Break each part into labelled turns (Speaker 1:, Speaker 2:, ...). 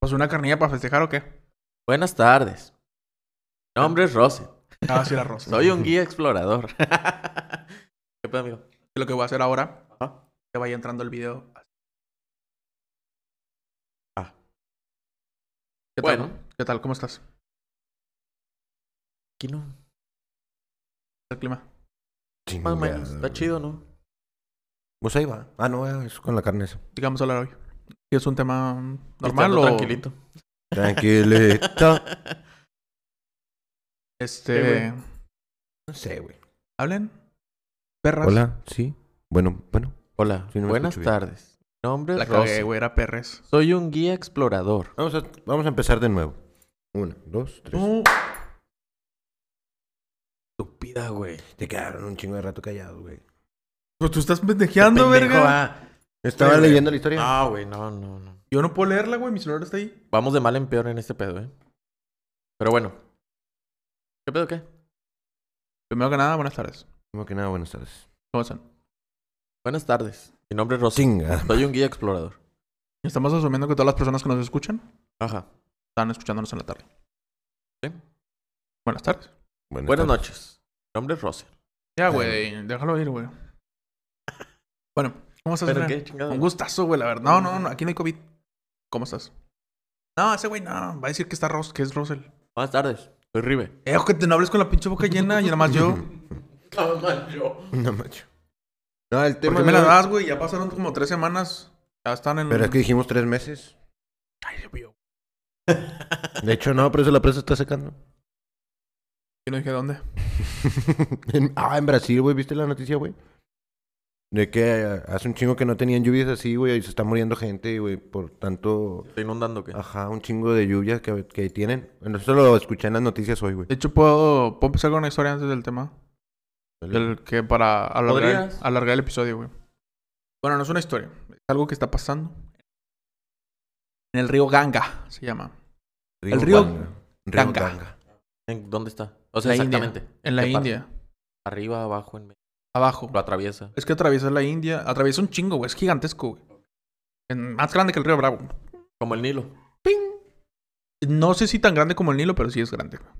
Speaker 1: Pues una carnilla para festejar o qué?
Speaker 2: Buenas tardes. Mi nombre es Rosen.
Speaker 1: Ah, sí, la rosa.
Speaker 2: Soy un guía explorador. ¿Qué pedo, amigo?
Speaker 1: Lo que voy a hacer ahora,
Speaker 2: Ajá.
Speaker 1: que vaya entrando el video.
Speaker 2: Ah.
Speaker 1: ¿Qué
Speaker 2: Bueno.
Speaker 1: tal? ¿Qué tal? ¿Cómo estás?
Speaker 2: Aquí no.
Speaker 1: El clima.
Speaker 2: Más o menos. Está chido, ¿no?
Speaker 3: Pues ahí va. Ah, no, es con la carne esa.
Speaker 1: Digamos hablar hoy. ¿Y es un tema mm, normal
Speaker 2: Normal
Speaker 1: o
Speaker 2: tranquilito.
Speaker 3: Tranquilito.
Speaker 1: este
Speaker 2: Sí, güey.
Speaker 3: No sé, güey.
Speaker 1: hablen? Perras.
Speaker 3: Hola, sí. Bueno, bueno.
Speaker 2: Hola.
Speaker 3: Sí, no me
Speaker 2: Buenas
Speaker 3: escucho bien.
Speaker 2: tardes. Mi nombre es
Speaker 1: La
Speaker 2: Rosen.
Speaker 1: cagué, güey, era perres.
Speaker 2: Soy un guía explorador.
Speaker 3: Vamos a, vamos a empezar de nuevo. Una, dos, tres.
Speaker 1: No,
Speaker 2: Estúpida, güey.
Speaker 3: Te quedaron un chingo de rato callados, güey.
Speaker 1: pues tú estás pendejeando,
Speaker 2: ah.
Speaker 1: verga.
Speaker 3: Estaba
Speaker 2: Sí,
Speaker 3: leyendo la historia.
Speaker 2: No, güey, no, no, no.
Speaker 1: Yo no puedo leerla, güey, mi celular está ahí.
Speaker 2: Vamos de mal en peor en este pedo, ¿eh? Pero bueno. ¿Qué pedo qué?
Speaker 1: Primero que nada, buenas tardes.
Speaker 3: Como que nada, buenas tardes.
Speaker 1: ¿Cómo están?
Speaker 2: Buenas tardes. Mi nombre es Rosin.
Speaker 3: Chinga.
Speaker 2: Soy un guía explorador.
Speaker 1: Estamos asumiendo que todas las personas que nos escuchan
Speaker 2: Ajá.
Speaker 1: están escuchándonos en la tarde.
Speaker 2: Sí.
Speaker 1: Buenas tardes.
Speaker 2: Buenas noches. Mi nombre es Rosen.
Speaker 1: Ya,
Speaker 3: Está
Speaker 1: güey, déjalo ir, güey. Bueno, ¿cómo estás?
Speaker 2: ¿Pero
Speaker 1: Fran?
Speaker 2: qué chingado?
Speaker 1: Un gustazo, güey, la verdad. No, no, no, aquí no hay COVID. ¿Cómo estás? No, ese güey no, va a decir que está Ros, que es Russell.
Speaker 2: Buenas tardes. Soy Ribe.
Speaker 1: Eh, que te no hables con la pinche boca llena y nada más yo.
Speaker 3: No, macho. No, el
Speaker 1: ¿Por
Speaker 3: tema.
Speaker 1: qué me
Speaker 3: de
Speaker 1: la
Speaker 3: hoy-
Speaker 1: das, güey? Ya pasaron como tres semanas. Ya están en.
Speaker 3: Pero es que dijimos tres meses.
Speaker 1: Ay, Dios mío.
Speaker 3: De hecho, no, pero eso la presa está secando.
Speaker 1: Yo no dije dónde.
Speaker 3: En- ah, en Brasil, güey, ¿viste la noticia, güey? De que eh, hace un chingo que no tenían lluvias así, güey, y se está muriendo gente, güey, por tanto...
Speaker 2: ¿Está inundando
Speaker 1: Ah.
Speaker 2: qué?
Speaker 3: Ajá, un chingo de lluvias que, que tienen. Bueno, eso lo escuché en las noticias hoy, güey.
Speaker 1: De hecho, puedo, puedo empezar con una historia antes del tema. Del que para alargar,
Speaker 2: ¿Podrías?
Speaker 1: alargar el episodio, güey. Bueno, no es una historia. Es algo que está pasando. En el río Ganga, se llama. el río
Speaker 3: Ganga. Río
Speaker 1: Ganga.
Speaker 3: Ganga.
Speaker 2: ¿En ¿Dónde está? O sea,
Speaker 1: La India.
Speaker 2: exactamente.
Speaker 1: En la
Speaker 2: ¿Qué parte?
Speaker 1: India.
Speaker 2: Arriba, abajo, en medio.
Speaker 1: Abajo.
Speaker 2: Lo atraviesa.
Speaker 1: Es que atraviesa la India. Atraviesa un chingo, güey. Es gigantesco, güey. En- Más grande que el río Bravo.
Speaker 2: Como el Nilo.
Speaker 1: No sé si tan grande como el Nilo, pero sí es grande. güey.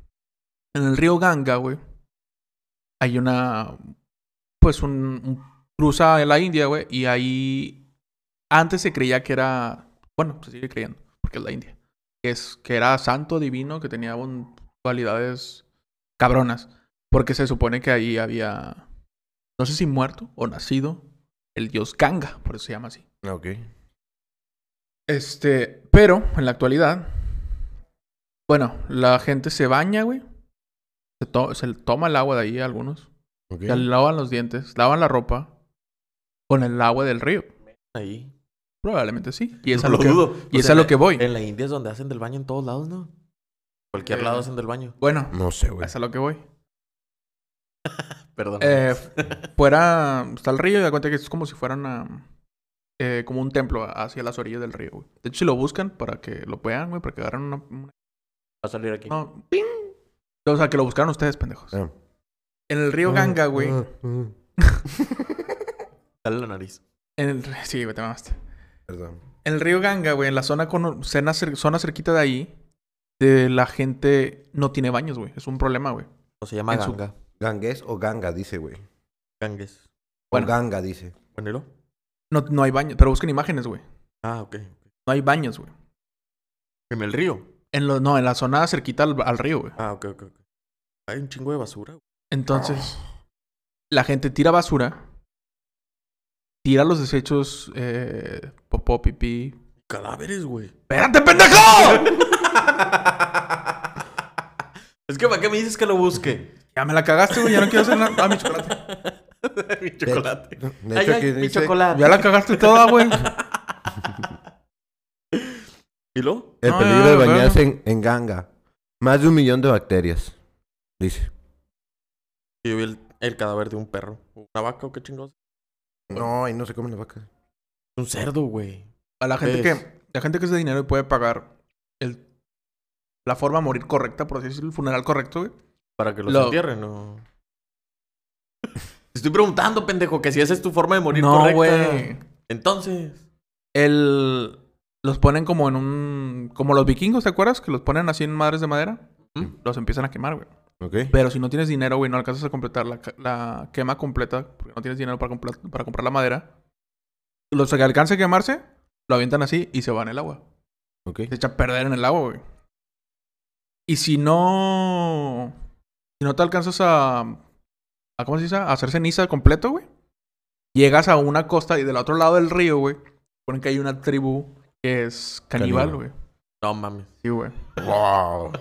Speaker 1: En el río Ganga, güey, hay una. Pues un. un- cruza la India, güey, y ahí. Antes se creía que era. Bueno, se sigue creyendo, porque es la India. que Es que era santo divino, que tenía un- cualidades cabronas. Porque se supone que ahí había. No sé si muerto o nacido el dios Ganga, por eso se llama así.
Speaker 3: Ah, Ok.
Speaker 1: Este, pero en la actualidad, bueno, la gente se baña, güey. Se, to- se toma el agua de ahí algunos.
Speaker 3: Ok.
Speaker 1: Se lavan los dientes, lavan la ropa con el agua del río.
Speaker 2: Ahí.
Speaker 1: Probablemente sí. Y es
Speaker 2: No
Speaker 1: a lo, que,
Speaker 2: dudo.
Speaker 1: y
Speaker 2: O
Speaker 1: es
Speaker 2: sea,
Speaker 1: a lo que voy.
Speaker 2: En la India es donde hacen del baño en todos lados, ¿no? Cualquier
Speaker 1: Eh,
Speaker 2: lado hacen del baño.
Speaker 1: Bueno,
Speaker 3: No sé, güey.
Speaker 1: es a lo que voy.
Speaker 2: Perdón.
Speaker 1: Eh, fuera, está el río y da cuenta que es como si fuera una, eh, como un templo hacia las orillas del río, güey. De hecho, si lo buscan para que lo vean, güey, para que agarren una... una-
Speaker 2: Va a salir aquí.
Speaker 1: no, ¡ping! O sea, que lo buscaron ustedes, pendejos.
Speaker 3: Ah.
Speaker 1: En el río Ganga, güey.
Speaker 3: Ah, ah.
Speaker 2: Sale la nariz.
Speaker 1: En el, sí, güey, te mamaste.
Speaker 3: Perdón.
Speaker 1: En el río Ganga, güey, en la zona, con, zona, cer- zona cerquita de ahí, de la gente no tiene baños, güey. Es un problema, güey.
Speaker 2: O se llama
Speaker 1: En su-
Speaker 2: ganga.
Speaker 3: Gangués o ganga, dice, güey.
Speaker 2: Gangues.
Speaker 1: Bueno.
Speaker 3: O ganga, dice.
Speaker 2: ¿Ponelo?
Speaker 1: No, no hay baños, pero busquen imágenes, güey.
Speaker 2: Ah, ok.
Speaker 1: No hay baños, güey.
Speaker 2: En el río.
Speaker 1: En lo, no, en la zona cerquita al, al río, güey.
Speaker 2: Ah, ok, ok, ok. Hay un chingo de basura. güey.
Speaker 1: Entonces, la gente tira basura, tira los desechos, eh, popó, pipí.
Speaker 2: Cadáveres, güey.
Speaker 1: ¡Espérate, pendejo!
Speaker 2: es que, ¿para qué me dices que lo busque?
Speaker 1: ya me la cagaste, güey. Ya no quiero hacer nada. Ah, mi chocolate.
Speaker 2: mi chocolate.
Speaker 3: De hecho, aquí
Speaker 2: mi
Speaker 3: dice...
Speaker 2: chocolate.
Speaker 1: Ya la cagaste toda, güey.
Speaker 2: ¿Y lo?
Speaker 3: El
Speaker 1: No,
Speaker 3: peligro
Speaker 1: no,
Speaker 3: de
Speaker 1: no,
Speaker 3: bañarse en, en ganga. Más de un millón de bacterias. Dice.
Speaker 2: Yo vi el, el cadáver de un perro. ¿Una vaca o qué chingados?
Speaker 3: No, y no se comen las vacas.
Speaker 2: Un cerdo, güey.
Speaker 1: A la gente
Speaker 2: Es.
Speaker 1: que la gente que es de dinero y puede pagar el, la forma de morir correcta, por así decirlo, el funeral correcto, güey.
Speaker 2: Para que los
Speaker 1: Lo-
Speaker 2: entierren, ¿no? Te estoy preguntando, pendejo, que si esa es tu forma de morir
Speaker 1: no,
Speaker 2: correcta.
Speaker 1: güey.
Speaker 2: Entonces,
Speaker 1: eh, El Los ponen como en un... Como los vikingos, ¿te acuerdas? Que los ponen así en madres de madera.
Speaker 2: Mm.
Speaker 1: Los empiezan a quemar, güey.
Speaker 3: Ok.
Speaker 1: Pero si no tienes dinero, güey, no alcanzas a completar la, ca- la quema completa, porque no tienes dinero para, compla- para comprar la madera. Los que alcance a quemarse, lo avientan así y se va en el agua.
Speaker 3: Ok.
Speaker 1: Se echa a perder en el agua, güey. Y si no. Si no te alcanzas a. a ¿Cómo se dice? A hacer ceniza completo, güey. Llegas a una costa y del otro lado del río, güey. Ponen que hay una tribu que es caníbal,
Speaker 3: Caníbal.
Speaker 1: güey.
Speaker 2: No mames.
Speaker 1: Sí, güey.
Speaker 3: Wow.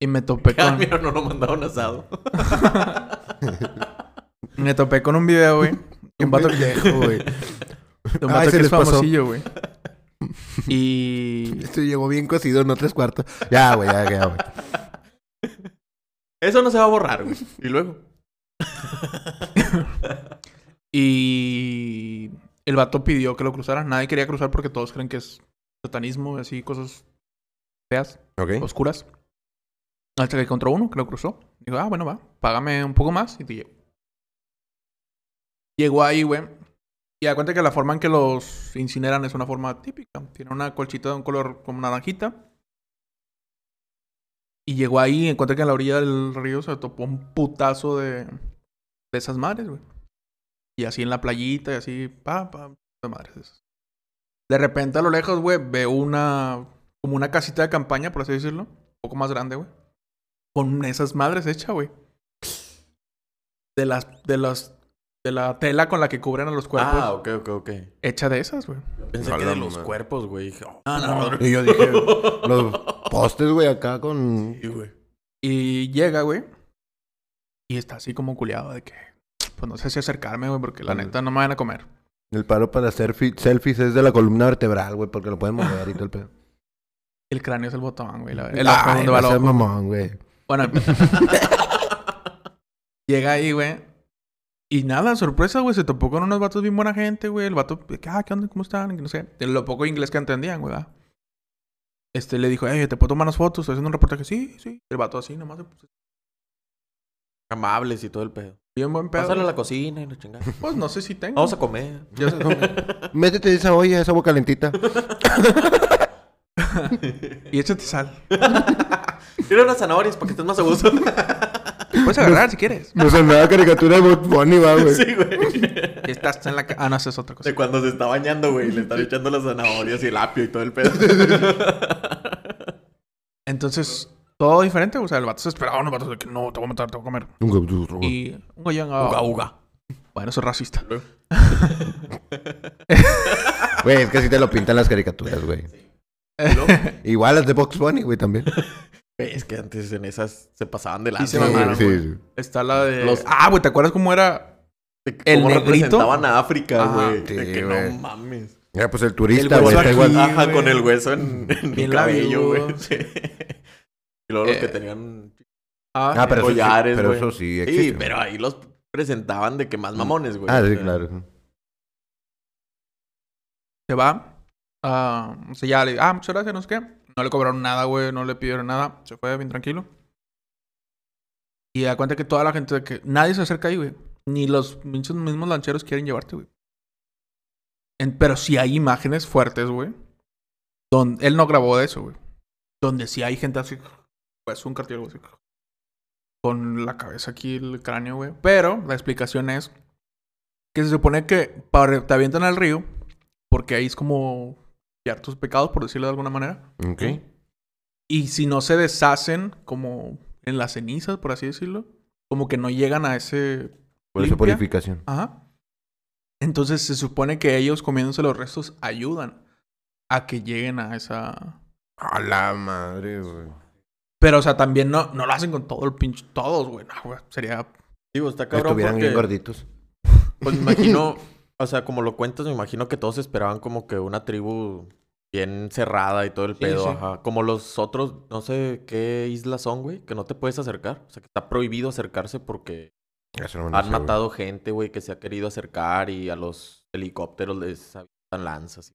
Speaker 1: Y me topé
Speaker 2: Ah,
Speaker 1: con.
Speaker 2: mira, no lo mandaron asado.
Speaker 1: me topé con un video, güey. de un vato que-
Speaker 3: pendejo, güey.
Speaker 1: De un
Speaker 3: Ay,
Speaker 1: vato
Speaker 3: se
Speaker 1: que es
Speaker 3: les pasó.
Speaker 1: famosillo, güey. Y.
Speaker 3: Esto llegó bien cocido, no tres cuartos. Ya, güey, ya, ya, güey.
Speaker 2: Eso no se va a borrar, güey. Y luego.
Speaker 1: Y. El vato pidió que lo cruzaran. Nadie quería cruzar porque todos creen que es satanismo, así, cosas feas,
Speaker 3: Ok.
Speaker 1: oscuras. Hasta que encontró uno que lo cruzó. Dijo, ah, bueno, va, págame un poco más y te llevo. Llegó ahí, güey. Y da cuenta que la forma en que los incineran es una forma típica. Tiene una colchita de un color como naranjita. Y llegó ahí y encontré que en la orilla del río se topó un putazo de, de esas madres, güey. Y así en la playita y así, pa, pa, de madres esas. De repente a lo lejos, güey, veo una, como una casita de campaña, por así decirlo. Un poco más grande, güey. Con esas madres hechas, güey. De las, de las, de la tela con la que cubren a los cuerpos.
Speaker 2: Ah, ok, ok, ok.
Speaker 1: Hecha de esas, güey.
Speaker 2: Pensé
Speaker 3: No,
Speaker 2: que
Speaker 3: la
Speaker 2: de los
Speaker 3: mamá.
Speaker 2: cuerpos, güey. Dije, oh,
Speaker 1: No, no, no.
Speaker 3: Y yo dije, los postes, güey, acá con.
Speaker 2: sí, güey.
Speaker 1: Y llega, güey. Y está así como culiado de que... Pues no sé si acercarme, güey, porque la
Speaker 3: Ándale.
Speaker 1: neta no me van a comer.
Speaker 3: El paro para hacer fi- selfies es de la columna vertebral, güey, porque lo pueden mover y todo el pedo.
Speaker 1: El cráneo es el botón, güey. la-
Speaker 3: Ay,
Speaker 1: el ojo donde va el
Speaker 3: no seas
Speaker 1: ojo.
Speaker 3: mamón, güey.
Speaker 1: Bueno, llega ahí, güey. Y nada, sorpresa, güey. Se topó con unos vatos bien buena gente, güey. El vato, de que, ah, ¿qué onda? ¿Cómo están? Que No sé. De lo poco inglés que entendían, güey. va. Este le dijo, eh, ¿te puedo tomar unas fotos? Estoy haciendo un reportaje. Sí, sí. El vato así, nomás. se puso
Speaker 2: Amables y todo el pedo.
Speaker 1: Bien buen pedo.
Speaker 2: Pásalo a la cocina y la chingada.
Speaker 1: Pues no sé si tengo.
Speaker 2: Vamos a comer.
Speaker 1: Yo sé-
Speaker 3: Métete esa olla, esa agua calentita.
Speaker 1: y échate sal.
Speaker 2: Tira unas zanahorias para que estés más a gusto.
Speaker 1: Puedes agarrar si quieres.
Speaker 3: No sé nada, caricatura de Bot Bunny, va, güey.
Speaker 2: sí, güey.
Speaker 1: Estás en la... ca- Ah, no, esa es otra cosa.
Speaker 2: De cuando se está bañando, güey. Le están echando las zanahorias y el apio y todo el pedo.
Speaker 1: Entonces, todo diferente. O sea, el vato se esperaba. Unos vatos de que no, te voy a matar, te voy a comer. Y un goyón... ah,
Speaker 2: Uga, uga.
Speaker 1: Bueno, eso es racista.
Speaker 3: Güey, es que así te lo pintan las caricaturas, güey. Igual las de Box Bunny, güey, también.
Speaker 2: Güey, es que antes en esas se pasaban de
Speaker 1: Sí,
Speaker 2: lanza.
Speaker 1: se
Speaker 2: güey.
Speaker 1: mamaron,
Speaker 3: sí,
Speaker 1: güey.
Speaker 3: sí.
Speaker 1: Está la de.
Speaker 2: Los-
Speaker 1: Ah, güey, ¿te acuerdas cómo era?
Speaker 2: De
Speaker 1: El
Speaker 2: cómo
Speaker 1: negrito.
Speaker 2: representaban a África,
Speaker 1: Ajá,
Speaker 2: güey. De
Speaker 3: sí,
Speaker 2: que
Speaker 3: güey.
Speaker 2: no mames.
Speaker 3: Ya, pues el turista,
Speaker 1: El
Speaker 3: güey.
Speaker 1: hueso
Speaker 3: está
Speaker 1: aquí.
Speaker 3: igual.
Speaker 2: Ajá,
Speaker 1: güey.
Speaker 2: con el hueso en, en
Speaker 1: Mm, Bien
Speaker 2: el cabello,
Speaker 1: labiudo.
Speaker 2: güey. Sí. Y luego los que
Speaker 1: Eh,
Speaker 2: tenían...
Speaker 1: Ah,
Speaker 3: Ah, pero, eso sí,
Speaker 2: collares,
Speaker 3: pero
Speaker 2: güey.
Speaker 3: eso sí existe.
Speaker 2: Sí, pero ahí los presentaban de que
Speaker 1: Mm.
Speaker 2: más mamones, güey.
Speaker 3: Ah,
Speaker 2: O
Speaker 3: sí,
Speaker 2: sea,
Speaker 3: claro.
Speaker 1: se va. Ah, o sea, ya le ah, muchas gracias, no sé qué. No le cobraron nada, güey, no le pidieron nada. Se fue bien tranquilo. Y da cuenta que toda la gente de que nadie se acerca ahí, güey. Ni los pinches mismos lancheros quieren llevarte, güey. En- pero sí hay imágenes fuertes, güey. Donde él no grabó de eso, güey. Donde sí hay gente así, pues un cartílago así. Con la cabeza aquí, el cráneo, güey. Pero la explicación es que se supone que para, te avientan al río porque ahí es como guiar tus pecados, por decirlo de alguna manera.
Speaker 3: Ok.
Speaker 1: Y si no se deshacen, como en las cenizas, por así decirlo, como que no llegan a ese...
Speaker 3: Por eso
Speaker 1: Limpia.
Speaker 3: purificación.
Speaker 1: Ajá. Entonces se supone que ellos comiéndose los restos ayudan a que lleguen a esa...
Speaker 3: A la madre, güey.
Speaker 1: Pero, o sea, también no, no lo hacen con todo el pinche... Todos, güey. No, güey. Sería...
Speaker 2: Digo, está cabrón
Speaker 3: Estuvieran bien
Speaker 2: porque...
Speaker 3: gorditos.
Speaker 2: Pues me imagino... O sea, como lo cuentas, me imagino que todos esperaban como que una tribu bien cerrada y todo el
Speaker 1: Sí,
Speaker 2: pedo,
Speaker 1: sí.
Speaker 2: ajá. Como los otros, no sé qué islas son, güey, que no te puedes acercar. O sea, que está prohibido acercarse porque
Speaker 3: Eso no me lo
Speaker 2: Han
Speaker 3: sé, güey.
Speaker 2: matado gente, güey, que se ha querido acercar y a los helicópteros les avientan lanzas.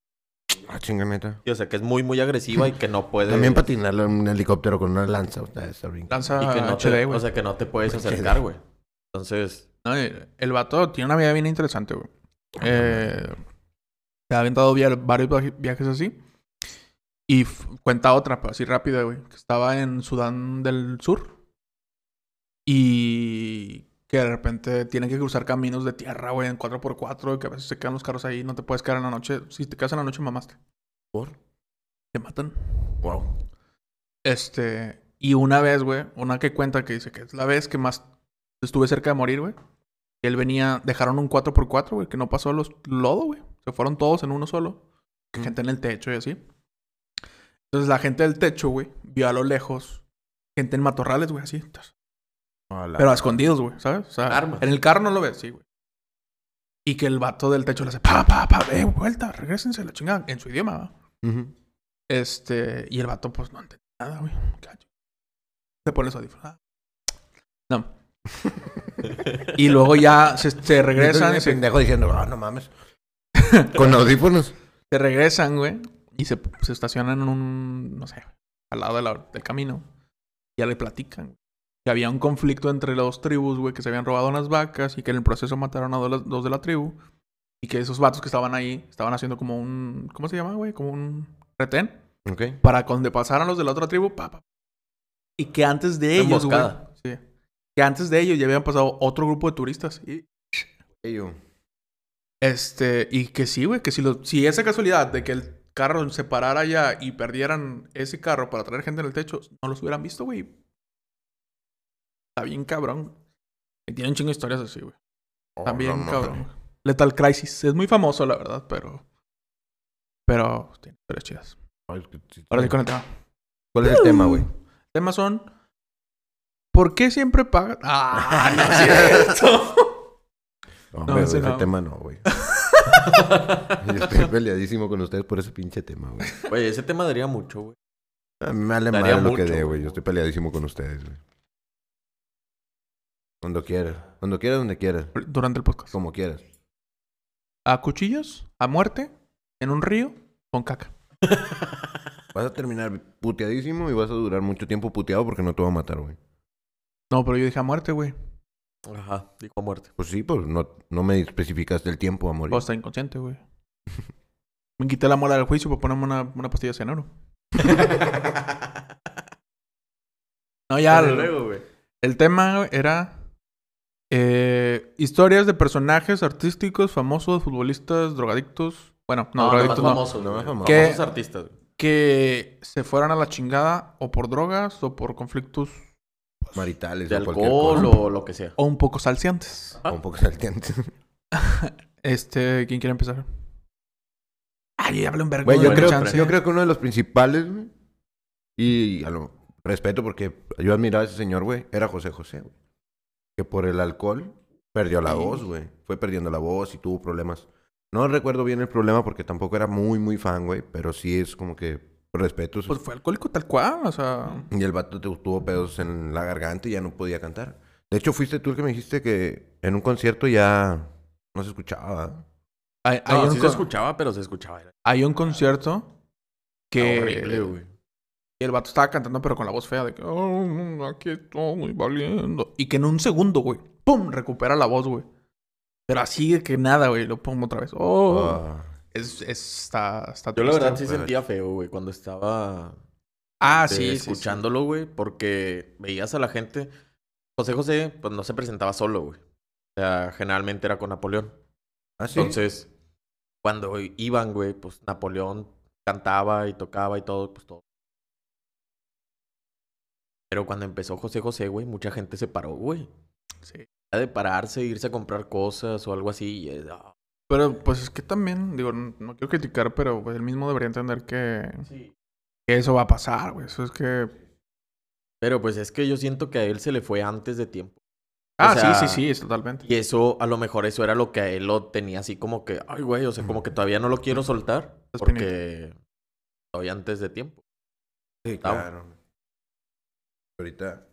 Speaker 3: Ah, chinga neta.
Speaker 2: Y, o sea, que es muy, muy agresiva y que no puede...
Speaker 3: También patinar en un helicóptero con una lanza. o sea, está bien.
Speaker 1: Lanza
Speaker 2: y que no te-
Speaker 1: HD, güey.
Speaker 2: O sea, que no te puedes acercar, güey. Entonces,
Speaker 1: No, eh, El vato tiene una vida bien interesante, güey. Eh, se ha aventado via- varios viaje- viajes así. Y f- cuenta otra, pues, así rápida, güey. Que estaba en Sudán del Sur. Y que de repente tienen que cruzar caminos de tierra, güey, en 4x4. Y que a veces se quedan los carros ahí. No te puedes quedar en la noche. Si te quedas en la noche, mamaste.
Speaker 3: ¿Por?
Speaker 1: Te matan.
Speaker 3: Wow.
Speaker 1: Este. Y una vez, güey. Una que cuenta que dice que es la vez que más estuve cerca de morir, güey. Él venía. Dejaron un 4x4, güey. Que no pasó los lodo, güey. Se fueron todos en uno solo. que
Speaker 3: Mm.
Speaker 1: Gente en el techo y así. Entonces la gente del techo, güey, vio a lo lejos gente en matorrales, güey, así. tas, Pero a escondidos, güey, ¿sabes? O sea,
Speaker 2: Armas.
Speaker 1: En el carro no lo ves, sí, güey. Y que el vato del techo le hace pa, pa, pa, ve, vuelta, regrésense, la chingada. En su idioma, ¿va?
Speaker 3: Ujú.
Speaker 1: Este, y el vato, pues, no entendía nada, güey. Cacho. Se pone los audífonos. Ah. No. y luego ya se, se regresan, y
Speaker 3: Entonces, el
Speaker 1: se,
Speaker 3: pendejo diciendo, ah, no mames. Con audífonos.
Speaker 1: se regresan, güey. Y se, se estacionan en un, no sé, al lado de la- del camino. Ya le platican. Que había un conflicto entre las dos tribus, güey, que se habían robado unas vacas y que en el proceso mataron a dos, las- dos de la tribu. Y que esos vatos que estaban ahí estaban haciendo como un, ¿cómo se llama, güey? Como un retén.
Speaker 3: Ok.
Speaker 1: para cuando pasaran los de la otra tribu, pa, pa. Y que antes de ellos, güey,
Speaker 2: Emboscada.
Speaker 1: sí, que antes de ellos ya habían pasado otro grupo de turistas. Y,
Speaker 3: Ello.
Speaker 1: este, y que sí, güey, que si, los, si esa casualidad de que el carro se parara ya y perdieran ese carro para traer gente en el techo, no los hubieran visto, güey. Está bien cabrón. Y tienen chingo de historias así, güey. También,
Speaker 3: Oh, no, no,
Speaker 1: cabrón. Letal Crisis. Es muy famoso, la verdad, pero... Pero tiene historias chidas.
Speaker 3: Ay, es que sí-
Speaker 1: Ahora sí con el tema.
Speaker 3: ¿Cuál es el tema, güey?
Speaker 1: temas son ¿Por qué siempre pagas? Ah, no es cierto.
Speaker 3: Hombre,
Speaker 1: No,
Speaker 3: güey,
Speaker 1: ese
Speaker 3: ese
Speaker 1: no.
Speaker 3: tema no, güey. Yo estoy peleadísimo con ustedes por ese pinche tema, güey.
Speaker 2: Güey, ese tema daría mucho, güey.
Speaker 3: A mí Me vale
Speaker 2: Daría
Speaker 3: madre lo que
Speaker 2: mucho,
Speaker 3: dé, güey.
Speaker 2: güey.
Speaker 3: Yo estoy peleadísimo con ustedes, güey. Cuando quieras. Cuando quieras, donde quieras.
Speaker 1: Durante el podcast.
Speaker 3: Como quieras.
Speaker 1: A cuchillos, a muerte, en un río, con caca.
Speaker 3: Vas a terminar puteadísimo y vas a durar mucho tiempo puteado porque no te va a matar, güey.
Speaker 1: No, pero yo dije a muerte, güey.
Speaker 2: Ajá, dijo a muerte.
Speaker 3: Pues sí, pues no, no me especificaste el tiempo a morir.
Speaker 2: Pues,
Speaker 1: Vos estás Pues, inconsciente, güey. Me quité la mola del juicio para ponerme una, una pastilla de cianuro. No, ya.
Speaker 2: Dale
Speaker 1: el-
Speaker 2: luego, güey.
Speaker 1: El tema era eh, historias de personajes artísticos, famosos, futbolistas, drogadictos. Bueno, no,
Speaker 2: No,
Speaker 1: drogadictos no.
Speaker 2: famosos, güey.
Speaker 3: Nomás Ah, famosos.
Speaker 1: ¿Qué?
Speaker 2: Famosos artistas, güey.
Speaker 1: Que se fueran a la chingada o por drogas o por conflictos
Speaker 2: Pues
Speaker 3: Maritales
Speaker 2: De
Speaker 3: o cualquier
Speaker 2: alcohol
Speaker 3: cosa.
Speaker 2: o lo que sea.
Speaker 1: o un poco salseantes.
Speaker 3: Un poco salteante.
Speaker 1: Este, ¿quién quiere empezar? Ay, hablé un vergo.
Speaker 3: Güey, yo,
Speaker 1: dame
Speaker 3: creo,
Speaker 1: chance.
Speaker 3: yo creo que uno de los principales, güey, y a lo respeto porque yo admiraba a ese señor, güey, era José José, güey. Que por el alcohol perdió la
Speaker 1: Sí.
Speaker 3: voz, güey. Fue perdiendo la voz y tuvo problemas. No recuerdo bien el problema porque tampoco era muy, muy fan, güey, pero sí es como que respeto.
Speaker 1: Pues fue alcohólico tal cual, o sea...
Speaker 3: Y el vato te- tuvo pedos en la garganta y ya no podía cantar. De hecho, fuiste tú el que me dijiste que en un concierto ya no se escuchaba. ¿verdad?
Speaker 1: Hay, hay
Speaker 2: No,
Speaker 1: un,
Speaker 2: sí se
Speaker 1: con-
Speaker 2: escuchaba, pero se escuchaba. Era
Speaker 1: hay un concierto que...
Speaker 2: horrible, güey.
Speaker 1: Y el vato estaba cantando, pero con la voz fea de que, "Oh, mm, aquí estoy valiendo. Y que en un segundo, güey, pum, recupera la voz, güey. Pero así de que nada, güey, lo pongo otra vez. Oh,
Speaker 3: Ah.
Speaker 1: es, es- está, está
Speaker 2: Yo la
Speaker 1: triste,
Speaker 2: verdad
Speaker 1: güey.
Speaker 2: sí sentía feo, güey, cuando estaba
Speaker 1: Ah,
Speaker 2: de-
Speaker 1: sí, sí, sí.
Speaker 2: escuchándolo, güey, porque veías a la gente. José José, pues no se presentaba solo, güey. O sea, generalmente era con Napoleón.
Speaker 3: Ah, sí.
Speaker 2: Entonces, cuando iban, güey, pues Napoleón cantaba y tocaba y todo, pues todo. Pero cuando empezó José José, güey, mucha gente se paró, güey.
Speaker 1: Sí.
Speaker 2: Era De pararse, irse a comprar cosas o algo así. y es, ah,
Speaker 1: Pero pues es que también, digo, no, no quiero criticar, pero pues él mismo debería entender que, que eso va a pasar, güey. Eso es que.
Speaker 2: Pero pues es que yo siento que a él se le fue antes de tiempo.
Speaker 1: Ah,
Speaker 2: sea,
Speaker 1: sí, sí, sí, es totalmente.
Speaker 2: Y eso, a lo mejor eso era lo que a él lo tenía así como que, ay, güey, o sea, como que todavía no lo quiero soltar
Speaker 1: Las
Speaker 2: porque todavía antes de tiempo.
Speaker 3: Sí,
Speaker 2: Ah,
Speaker 3: claro. Ahorita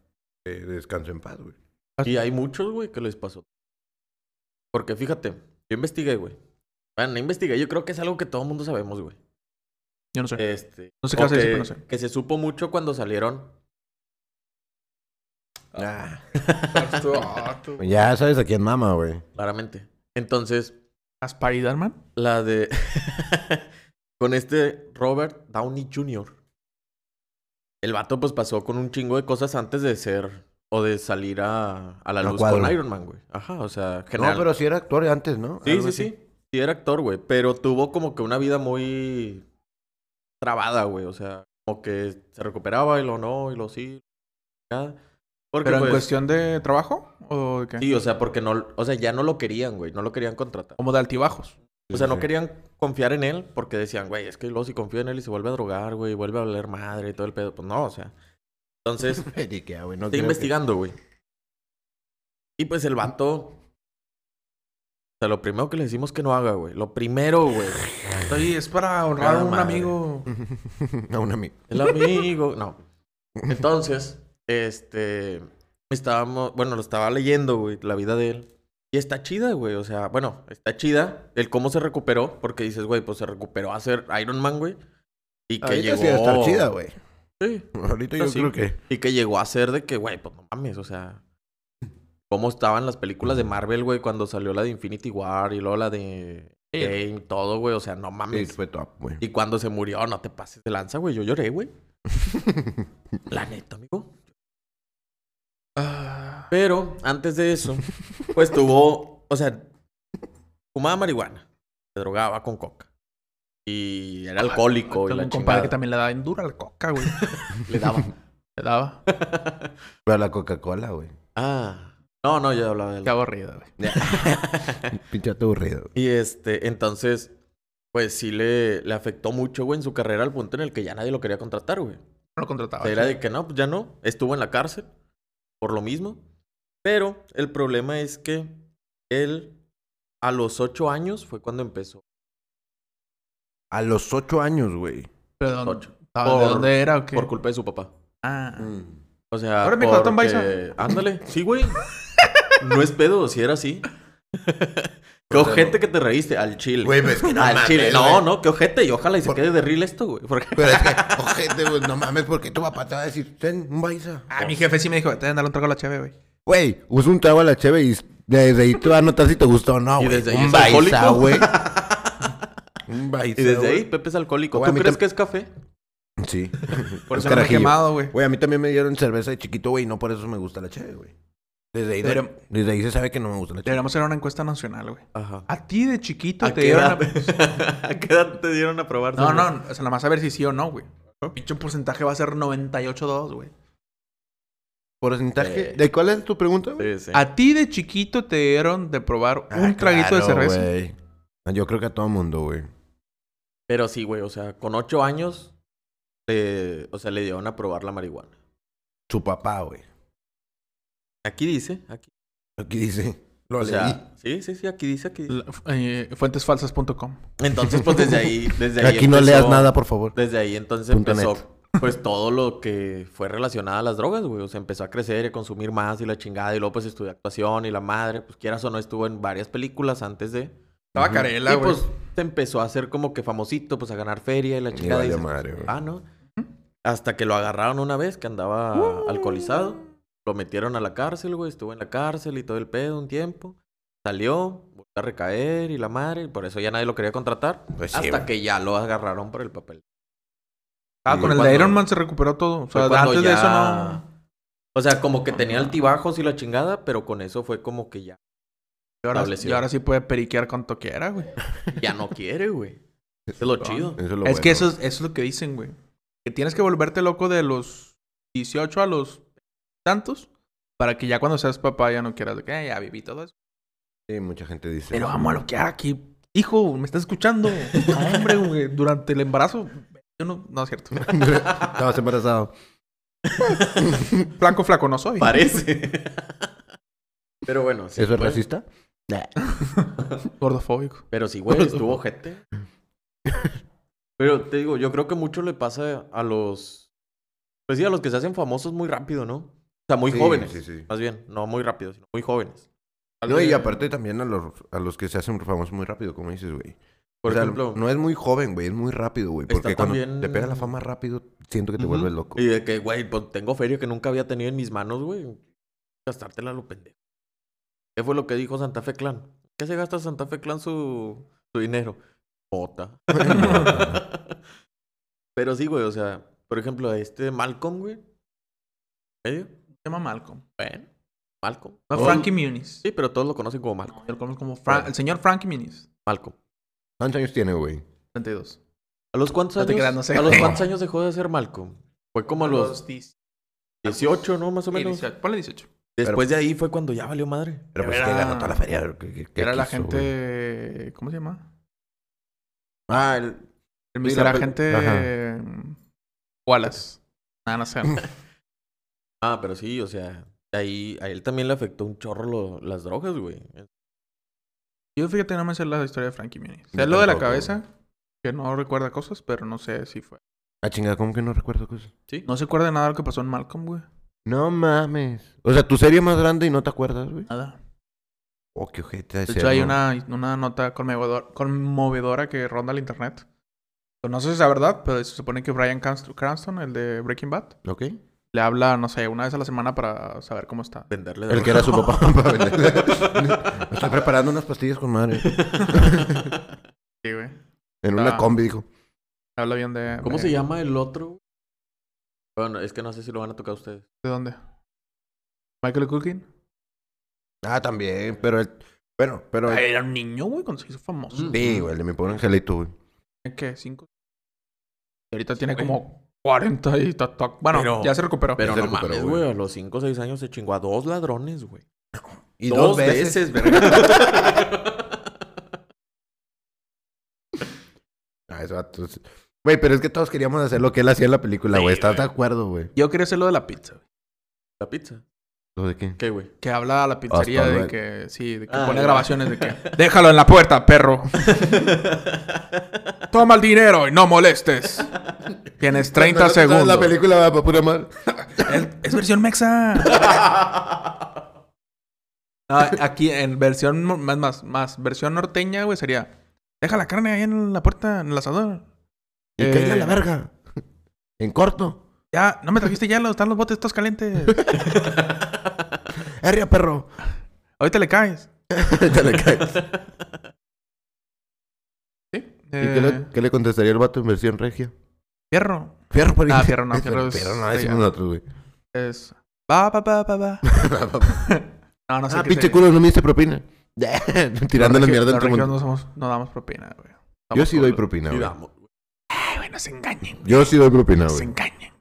Speaker 3: eh, descanso en paz, güey.
Speaker 2: Y hay muchos, güey, que les pasó. Porque fíjate, yo investigué, güey. Bueno, no investigué, yo creo que es algo que todo el mundo sabemos, güey.
Speaker 1: Yo no sé.
Speaker 2: Este,
Speaker 1: No sé qué vas a
Speaker 2: o
Speaker 1: decir, pero
Speaker 2: que-
Speaker 1: no sé.
Speaker 2: Que se supo mucho cuando salieron. Ah.
Speaker 3: Ah. Ya sabes a quién mama, güey.
Speaker 2: Claramente. Entonces,
Speaker 1: ¿A Spider-Man?
Speaker 2: La de. con este Robert Downey Jr. El vato pues pasó con un chingo de cosas antes de ser o de salir a, a la
Speaker 3: Al
Speaker 2: luz
Speaker 3: cuadro.
Speaker 2: con Iron Man, güey. Ajá, o sea, general.
Speaker 3: No, pero sí era actor antes, ¿no?
Speaker 2: Sí,
Speaker 3: Algo
Speaker 2: sí,
Speaker 3: así.
Speaker 2: sí. Sí, era actor, güey. Pero tuvo como que una vida muy trabada, güey. O sea, como que se recuperaba y lo no, y lo sí. nada. Porque,
Speaker 1: ¿Pero en
Speaker 2: pues,
Speaker 1: cuestión de trabajo? ¿O de qué?
Speaker 2: Sí, o sea, porque no, o sea, ya no lo querían, güey. No lo querían contratar.
Speaker 1: Como de altibajos.
Speaker 2: O sea,
Speaker 3: Sí,
Speaker 2: no
Speaker 3: sí.
Speaker 2: querían confiar en él porque decían, güey, es que luego si confío en él y se vuelve a drogar, güey, vuelve a hablar madre y todo el pedo. Pues no, o sea. Entonces,
Speaker 3: Periquea, güey, no
Speaker 2: Está
Speaker 3: creo que-
Speaker 2: investigando, güey. Y pues el vato. O sea, lo primero que le decimos que no haga, güey. Lo primero, güey.
Speaker 1: Oye, es para ahorrar a
Speaker 2: Ah,
Speaker 1: un
Speaker 2: madre.
Speaker 1: amigo.
Speaker 3: a un amigo.
Speaker 2: El amigo. No. Entonces, este. Estábamos. Bueno, lo estaba leyendo, güey. La vida de él. Y está chida, güey. O sea, bueno, está chida. El cómo se recuperó. Porque dices, güey, pues se recuperó a ser Iron Man, güey. Y que
Speaker 3: Ahorita
Speaker 2: llegó.
Speaker 3: sí va a estar chida, güey.
Speaker 2: Sí.
Speaker 3: Ahorita yo
Speaker 2: Ahorita sí.
Speaker 3: creo que...
Speaker 2: Y que llegó a ser de que, güey, pues no mames, o sea. ¿Cómo estaban las películas de Marvel, güey, cuando salió la de Infinity War y luego la de
Speaker 1: Sí.
Speaker 2: Game, todo, güey? O sea, no
Speaker 3: Sí,
Speaker 2: mames.
Speaker 3: fue top, güey.
Speaker 2: Y cuando se murió, no te pases de lanza, güey. Yo lloré, güey. La neta, amigo.
Speaker 1: Ah,
Speaker 2: Pero antes de eso, pues tuvo, o sea, fumaba marihuana, se drogaba con coca. Y era alcohólico. y
Speaker 1: tengo
Speaker 2: la
Speaker 1: un compadre que
Speaker 2: chingada.
Speaker 1: también le daba en dura la coca, güey.
Speaker 2: le daba.
Speaker 1: Le daba.
Speaker 3: Pero la Coca-Cola, güey.
Speaker 2: Ah. No, no, yo hablaba de
Speaker 1: Qué aburrido, güey.
Speaker 3: Pinche vato aburrido. güey.
Speaker 2: Y este, entonces, pues sí le, le afectó mucho, güey, en su carrera al punto en el que ya nadie lo quería contratar, güey.
Speaker 1: No lo
Speaker 2: O
Speaker 1: contrataba.
Speaker 2: sea, era
Speaker 1: sí.
Speaker 2: de que no, pues ya no. Estuvo en la cárcel por lo mismo. Pero el problema es que él a los ocho años fue cuando empezó.
Speaker 3: A los ocho años, güey.
Speaker 1: ¿Pero dónde-
Speaker 2: Ocho.
Speaker 1: estaba- ¿De
Speaker 2: Por-
Speaker 1: dónde era o qué?
Speaker 2: Por culpa de su papá.
Speaker 1: Ah.
Speaker 3: Mm.
Speaker 2: Mm. O sea,
Speaker 1: Ahora me cortan,
Speaker 2: porque-
Speaker 1: paisa.
Speaker 2: Ándale. Sí, güey. No es pedo, si era así. Qué ojete que te reíste al chile.
Speaker 3: Güey, pero es que no
Speaker 2: al
Speaker 3: mames,
Speaker 2: chile. No,
Speaker 3: güey.
Speaker 2: no, qué ojete. Y ojalá y se
Speaker 3: Por-
Speaker 2: quede de reel esto, güey. Porque
Speaker 3: Pero es que, ojete, güey, no mames, porque tu papá te va a decir, ten un baisa.
Speaker 1: Ah, mi jefe sí me dijo, te voy a dar un trago a la chave, güey.
Speaker 3: Güey, usa un trago a la cheve y desde ahí te va a notar si te gustó o no,
Speaker 2: Y
Speaker 3: güey.
Speaker 2: desde ahí
Speaker 3: un
Speaker 2: es alcohólico.
Speaker 3: güey. un baisa,
Speaker 2: Y desde ahí
Speaker 3: güey.
Speaker 2: Pepe es alcohólico.
Speaker 3: Güey, a
Speaker 2: ¿Tú
Speaker 3: mí
Speaker 2: crees
Speaker 3: tam-
Speaker 2: que es café?
Speaker 3: Sí.
Speaker 1: Por
Speaker 3: Es
Speaker 1: eso no me he
Speaker 3: carajillo.
Speaker 1: quemado, güey.
Speaker 3: Güey, a mí también me dieron cerveza de chiquito, güey, y no por eso me gusta la cheve, güey. Desde ahí,
Speaker 1: Pero-
Speaker 3: desde ahí se sabe que no me gusta la cheve.
Speaker 1: Deberíamos hacer una encuesta nacional, güey.
Speaker 2: Ajá.
Speaker 1: A ti de chiquito
Speaker 2: ¿A
Speaker 1: te
Speaker 2: qué,
Speaker 1: dieron
Speaker 2: edad?
Speaker 1: a...
Speaker 2: ¿A qué edad te dieron a probar?
Speaker 1: No,
Speaker 2: cerveza?
Speaker 1: no, o sea, nada más a ver si sí o no, güey. Pinche porcentaje va a ser 98.2, güey.
Speaker 3: ¿Porcentaje?
Speaker 2: Eh.
Speaker 3: ¿De cuál es tu pregunta, güey?
Speaker 2: Sí, sí.
Speaker 1: A ti de chiquito te dieron de probar
Speaker 3: Ah,
Speaker 1: un traguito de
Speaker 3: claro,
Speaker 1: cerveza.
Speaker 3: güey. Ah, Yo creo que a todo mundo, güey.
Speaker 2: Pero sí, güey. O sea, con ocho años, eh, o sea, le dieron a probar la marihuana.
Speaker 3: Su papá, güey.
Speaker 2: Aquí dice, aquí.
Speaker 3: Aquí dice. Lo
Speaker 2: O
Speaker 3: leí.
Speaker 2: sea, sí, sí, sí, aquí dice, aquí dice.
Speaker 1: La- eh, fuentesfalsas.com.
Speaker 2: Entonces, pues desde ahí, desde ahí.
Speaker 3: Aquí no
Speaker 2: empezó-
Speaker 3: leas nada, por favor.
Speaker 2: Desde ahí entonces
Speaker 3: Punto
Speaker 2: empezó,
Speaker 3: net.
Speaker 2: pues todo lo que fue relacionado a las drogas, güey. O sea, empezó a crecer y a consumir más y la chingada. Y luego, pues estudió actuación y la madre. Pues quieras o no, estuvo en varias películas antes de.
Speaker 1: Estaba
Speaker 3: Ujú.
Speaker 1: carela,
Speaker 2: y
Speaker 1: güey.
Speaker 2: pues te empezó a hacer como que famosito, pues a ganar feria y la
Speaker 3: Y
Speaker 2: chingada. y
Speaker 3: valió
Speaker 2: dices,
Speaker 3: madre, güey.
Speaker 2: ah, ¿no?
Speaker 1: ¿Mm?
Speaker 2: Hasta que lo agarraron una vez que andaba
Speaker 1: Uh.
Speaker 2: alcoholizado. Lo metieron a la cárcel, güey. Estuvo en la cárcel y todo el pedo un tiempo. Salió, volvió a recaer y la madre. Y por eso ya nadie lo quería contratar.
Speaker 3: Pues sí,
Speaker 2: hasta
Speaker 3: güey.
Speaker 2: que ya lo agarraron por el papel.
Speaker 1: ah,
Speaker 3: y
Speaker 1: con el de
Speaker 2: cuando-
Speaker 1: Iron Man se recuperó todo. O
Speaker 2: Fue
Speaker 1: sea,
Speaker 2: cuando
Speaker 1: antes de
Speaker 2: ya-
Speaker 1: eso no.
Speaker 2: O sea, como que tenía altibajos y la chingada, pero con eso fue como que ya,
Speaker 1: Y ahora,
Speaker 2: Estableció.
Speaker 1: y ahora sí puede periquear cuanto quiera, güey.
Speaker 2: ya no quiere, güey. Es lo chido.
Speaker 3: Ah, Eso es lo
Speaker 1: es que
Speaker 3: bueno.
Speaker 1: eso, es- eso es lo que dicen, güey. Que tienes que volverte loco de los 18 a los tantos para que ya cuando seas papá ya no quieras de que "Eh, ya viví todo eso.
Speaker 3: Sí, mucha gente dice.
Speaker 1: Pero
Speaker 3: eso.
Speaker 1: vamos a loquear aquí. Hijo, me estás escuchando. No, hombre, güey. Durante el embarazo. Yo no, no es cierto.
Speaker 3: Estabas embarazado.
Speaker 1: Flaco, flaco, no soy.
Speaker 2: Parece. pero bueno, sí. pues,
Speaker 3: ¿Eso es
Speaker 2: güey.
Speaker 3: racista?
Speaker 1: Gordofóbico.
Speaker 2: Pero sí, güey, estuvo ojete. Pero te digo, yo creo que mucho le pasa a los. Pues sí, a los que se hacen famosos muy rápido, ¿no? O sea, muy
Speaker 3: Sí,
Speaker 2: jóvenes.
Speaker 3: sí, sí.
Speaker 2: Más bien, no muy rápido, sino muy jóvenes.
Speaker 3: No, y aparte también a los, a los que se hacen famosos muy rápido, como dices, güey.
Speaker 2: Por
Speaker 3: O sea,
Speaker 2: ejemplo.
Speaker 3: No es muy joven, güey, es muy rápido, güey.
Speaker 2: Está
Speaker 3: Porque cuando
Speaker 2: también-
Speaker 3: te pega la fama rápido, siento que te
Speaker 1: Ujú.
Speaker 3: vuelves loco.
Speaker 2: Y de que, güey, pues tengo feria que nunca había tenido en mis manos, güey. Gastártela a lo pendejo. ¿Qué fue lo que dijo Santa Fe Clan? ¿Qué se gasta Santa Fe Clan su, su dinero? Pota. Pero sí, güey, o sea, por ejemplo, a este Malcolm, güey. ¿Medio?
Speaker 1: Se llama Malcolm.
Speaker 2: Bueno, Malcolm.
Speaker 1: No,
Speaker 2: Todos-
Speaker 1: Frankie Muniz.
Speaker 2: Oh. Sí, pero todos lo conocen como Malcolm.
Speaker 1: Yo lo conozco como Fra- el señor Frankie Muniz.
Speaker 2: Malcolm.
Speaker 3: ¿Cuántos años tiene, güey?
Speaker 1: 32.
Speaker 2: ¿A los cuántos
Speaker 1: No
Speaker 2: años?
Speaker 1: te creas, no sé.
Speaker 2: ¿A los cuántos años dejó de ser Malcolm? Fue como a los
Speaker 1: 18.
Speaker 2: 18, ¿no? Más o menos.
Speaker 1: 18. Ponle 18.
Speaker 2: Después de ahí fue cuando ya valió madre.
Speaker 3: Pero pues
Speaker 1: Era-
Speaker 3: que ganó toda la feria. que- que- que
Speaker 1: Era la
Speaker 3: quiso, güey.
Speaker 1: gente. ¿Cómo se llama?
Speaker 3: Ah, el...
Speaker 1: El
Speaker 3: Sí,
Speaker 1: Mr.
Speaker 3: la pel-
Speaker 1: Agente
Speaker 3: Ajá.
Speaker 1: mm, Wallace. Nada, no sé.
Speaker 2: Ah, pero sí, o sea, ahí a él también le afectó un chorro lo- las drogas, güey.
Speaker 1: Yo fíjate, no me sé la historia de Frankie Muniz.
Speaker 3: Yo
Speaker 1: Sé lo de la
Speaker 3: tampoco,
Speaker 1: cabeza, que no recuerda cosas, pero no sé si fue.
Speaker 3: Ah, chingada, ¿cómo que no recuerdo cosas?
Speaker 2: Sí.
Speaker 1: No se acuerda de nada de lo que pasó en Malcolm, güey.
Speaker 3: No mames. O sea, tu serie más grande y no te acuerdas, güey.
Speaker 1: Nada.
Speaker 3: Oh, qué ojete. ha de
Speaker 1: De
Speaker 3: ser,
Speaker 1: hecho, hay
Speaker 3: ¿no?
Speaker 1: una, una nota conmovedor- conmovedora que ronda el internet. Pues no sé si es la verdad, pero se supone que Brian Cranst- Cranston, el de Breaking Bad,
Speaker 3: ¿Ok?
Speaker 1: le habla, no sé, una vez a la semana para saber cómo está.
Speaker 2: Venderle
Speaker 3: El que era su papá. para venderle. Me está preparando unas pastillas con madre.
Speaker 1: Sí, güey.
Speaker 3: En una
Speaker 1: Ah.
Speaker 3: combi, dijo.
Speaker 1: Habla bien de.
Speaker 2: ¿Cómo
Speaker 1: de-
Speaker 2: se llama el otro? Bueno, es que no sé si lo van a tocar ustedes.
Speaker 1: ¿De dónde? Michael Culkin.
Speaker 3: Ah, también, pero el... Bueno, pero... el-
Speaker 1: Era un niño, güey, cuando se hizo famoso.
Speaker 2: Mm.
Speaker 3: Sí, güey, el de mi pobre angelito, güey.
Speaker 1: ¿Qué? ¿Cinco? Y ahorita tiene
Speaker 2: güey.
Speaker 1: como 40 y ta- ta- Bueno,
Speaker 2: Pero-
Speaker 1: ya se recuperó.
Speaker 2: Pero
Speaker 3: se
Speaker 2: no
Speaker 3: recuperó,
Speaker 2: mames,
Speaker 3: güey.
Speaker 2: güey. A los 5 o 6 años se chingó a dos ladrones, güey.
Speaker 3: Y
Speaker 2: verga.
Speaker 3: Ah, ese vato es- Güey, pero es que todos queríamos hacer lo que él hacía en la película,
Speaker 2: Sí,
Speaker 3: güey. ¿Estás de
Speaker 2: güey.
Speaker 3: acuerdo, güey?
Speaker 1: Yo quería hacer lo de la pizza. güey.
Speaker 2: ¿La pizza?
Speaker 3: ¿Lo de qué?
Speaker 2: ¿Qué, güey?
Speaker 1: Que habla a la pizzería
Speaker 3: Hasta
Speaker 1: de
Speaker 3: luego.
Speaker 1: que... Sí, de que
Speaker 2: Ah,
Speaker 1: pone
Speaker 2: ya.
Speaker 1: grabaciones de que... Déjalo en la puerta, perro. Toma el dinero y no molestes. Tienes 30
Speaker 3: No, no, no,
Speaker 1: segundos.
Speaker 3: La película va para pura madre.
Speaker 1: Es, es versión mexa. No, aquí en versión mo- más, más, más, versión norteña, güey, sería. Deja la carne ahí en la puerta, en el asador.
Speaker 3: Y
Speaker 1: Eh.
Speaker 3: cállate a la verga. En corto.
Speaker 1: Ya, no me trajiste hielo, están los botes todos calientes.
Speaker 3: Arria, perro.
Speaker 1: Ahorita le caes.
Speaker 3: Te le caes.
Speaker 1: Sí.
Speaker 3: ¿Y qué
Speaker 1: Eh,
Speaker 3: le, qué le contestaría el vato en versión regia?
Speaker 1: Fierro.
Speaker 3: Fierro, por
Speaker 1: Ah, fierro no, fierro
Speaker 3: Fierro,
Speaker 1: es-
Speaker 3: no, decimos
Speaker 1: ya.
Speaker 3: nosotros, güey.
Speaker 1: Es. Va, va, va, va, va. No, no sé.
Speaker 3: ah,
Speaker 1: qué
Speaker 3: pinche
Speaker 1: sería.
Speaker 3: culo, no me diste propina. Tirando la
Speaker 1: Los
Speaker 3: mierda
Speaker 1: regios-
Speaker 3: entre
Speaker 1: los regios
Speaker 3: mundo.
Speaker 1: no, somos- no damos propina, güey.
Speaker 3: Yo sí doy
Speaker 1: propina.
Speaker 2: Y
Speaker 3: propina, güey.
Speaker 2: vamos, güey.
Speaker 1: Ay, güey, no se engañen. güey,
Speaker 3: Yo sí doy propina,
Speaker 1: No se
Speaker 3: güey.
Speaker 1: engañen. güey.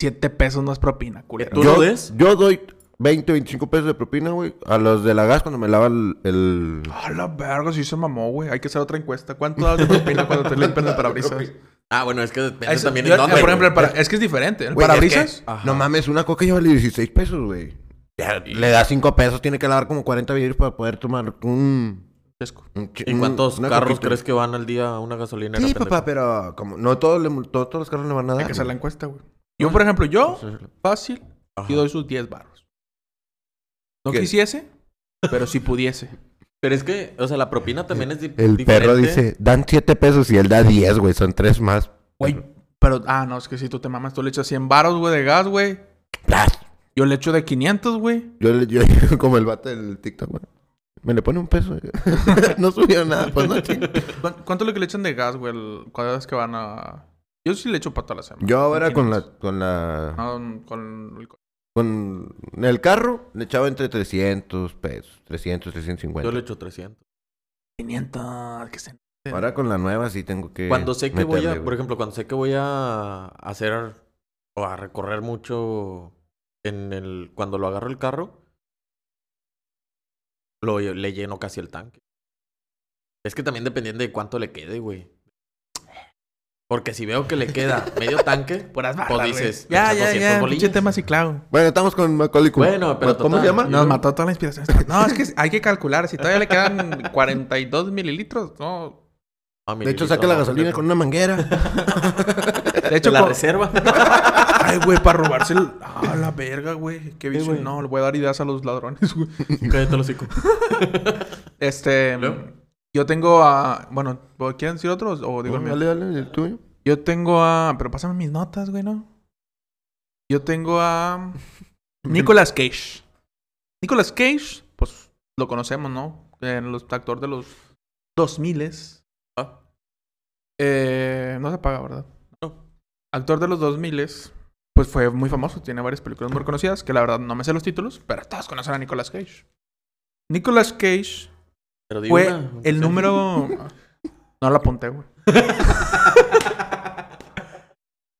Speaker 1: Siete pesos no es propina, culero.
Speaker 2: ¿Tú
Speaker 3: yo,
Speaker 2: lo des?
Speaker 3: Yo doy 20, 25 pesos de propina, güey. A los de la gas cuando me lava el... el-
Speaker 1: A la verga, sí se mamó, güey. Hay que hacer otra encuesta. ¿Cuánto das de propina cuando te limpian el parabrisas?
Speaker 2: Ah, bueno, es que depende
Speaker 1: Eso-
Speaker 2: también
Speaker 1: yo-
Speaker 2: en dónde,
Speaker 1: por
Speaker 2: güey.
Speaker 1: ejemplo, el para- es que es diferente. El
Speaker 3: Güey,
Speaker 1: parabrisas.
Speaker 3: es que-
Speaker 2: Ajá.
Speaker 3: No mames, una coca ya vale 16 pesos, güey. Ya Le da 5 pesos, tiene que lavar como 40 vidrios para poder tomar un...
Speaker 1: Fresco.
Speaker 3: un chi-
Speaker 2: ¿Y
Speaker 3: un-
Speaker 2: cuántos
Speaker 3: una
Speaker 2: carros
Speaker 3: coquita.
Speaker 2: crees que van al día a una gasolinera?
Speaker 3: Sí,
Speaker 2: pendejo?
Speaker 3: papá, pero como no todos, le, to- todos los carros le van a dar.
Speaker 1: Hay que hacer la
Speaker 3: güey.
Speaker 1: encuesta, güey.
Speaker 3: Ah.
Speaker 1: Yo, por ejemplo, yo, fácil,
Speaker 2: Ajá.
Speaker 1: y doy sus 10 barros. No
Speaker 3: ¿Qué?
Speaker 1: quisiese, pero si pudiese.
Speaker 2: Pero es que, o sea, la propina también es di-
Speaker 3: El
Speaker 2: diferente.
Speaker 3: perro dice, dan 7 pesos y él da 10, güey. Son 3 más.
Speaker 1: Güey, pero, ah, no, es que si tú te mamas, tú le echas 100 baros, güey, de gas, güey.
Speaker 3: Plas.
Speaker 1: Yo le echo de 500, güey.
Speaker 3: Yo, le- yo como el vato del TikTok, güey. Me le pone un peso. güey. no subió nada, pues no ching-
Speaker 1: ¿Cu- ¿Cuánto es lo que le echan de gas, güey? el- Cada vez que van a. Yo sí le echo pata a la semana.
Speaker 3: Yo ahora con la, con la...
Speaker 1: No, con.
Speaker 3: Con el carro le echaba entre 300 pesos, 300, 350.
Speaker 2: Yo le echo 300.
Speaker 1: 500, que se.
Speaker 3: Ahora con la nueva sí tengo que...
Speaker 2: Cuando sé que voy
Speaker 3: meterle,
Speaker 2: a,
Speaker 3: güey.
Speaker 2: por ejemplo, cuando sé que voy a hacer o a recorrer mucho en el cuando lo agarro el carro lo le lleno casi el tanque. Es que también dependiendo de cuánto le quede, güey. Porque si veo que le queda medio tanque,
Speaker 1: Puras barras,
Speaker 2: pues
Speaker 1: güey.
Speaker 2: dices, le
Speaker 1: Ya,
Speaker 2: echas
Speaker 1: ya,
Speaker 2: 200
Speaker 1: ya.
Speaker 2: bolillas.
Speaker 1: Pinche tema ciclado.
Speaker 3: Bueno, estamos con Macaulay Culkin.
Speaker 2: Bueno, pero
Speaker 3: ¿Cómo
Speaker 2: total,
Speaker 3: se llama?
Speaker 1: Nos
Speaker 2: Yo-
Speaker 1: mató toda la inspiración. No, es que hay que calcular. Si todavía le quedan 42 mililitros, no.
Speaker 2: Ah,
Speaker 3: De hecho,
Speaker 2: mililitro,
Speaker 3: saca la
Speaker 2: no,
Speaker 3: gasolina
Speaker 2: pendejo.
Speaker 3: con una manguera.
Speaker 1: De hecho,
Speaker 2: de la
Speaker 1: con-
Speaker 2: reserva.
Speaker 1: ay, güey, para robarse el. Ah, la verga, güey. Qué vicio.
Speaker 2: güey.
Speaker 1: No, le voy a dar ideas a los ladrones, güey.
Speaker 2: Cállate los hocico.
Speaker 1: Este.
Speaker 2: ¿Luego?
Speaker 1: Yo tengo a. Bueno, ¿quieren decir otros? O digo el mío.
Speaker 3: Pues, dale, dale, el tuyo.
Speaker 1: Yo tengo a. Pero pásame mis notas, güey, ¿no? Yo tengo a. Nicolas Cage. Nicolas Cage, pues lo conocemos, ¿no? En los actor de los 2000 s Eh, no se paga, ¿verdad?
Speaker 2: No.
Speaker 1: Actor de los 2000 pues fue muy famoso, tiene varias películas muy reconocidas, que la verdad no me sé los títulos, pero todas conocen a Nicolas Cage. Nicolas Cage
Speaker 2: Pero di
Speaker 1: fue
Speaker 2: una, aunque
Speaker 1: el
Speaker 2: sea.
Speaker 1: número. No la apunté, güey.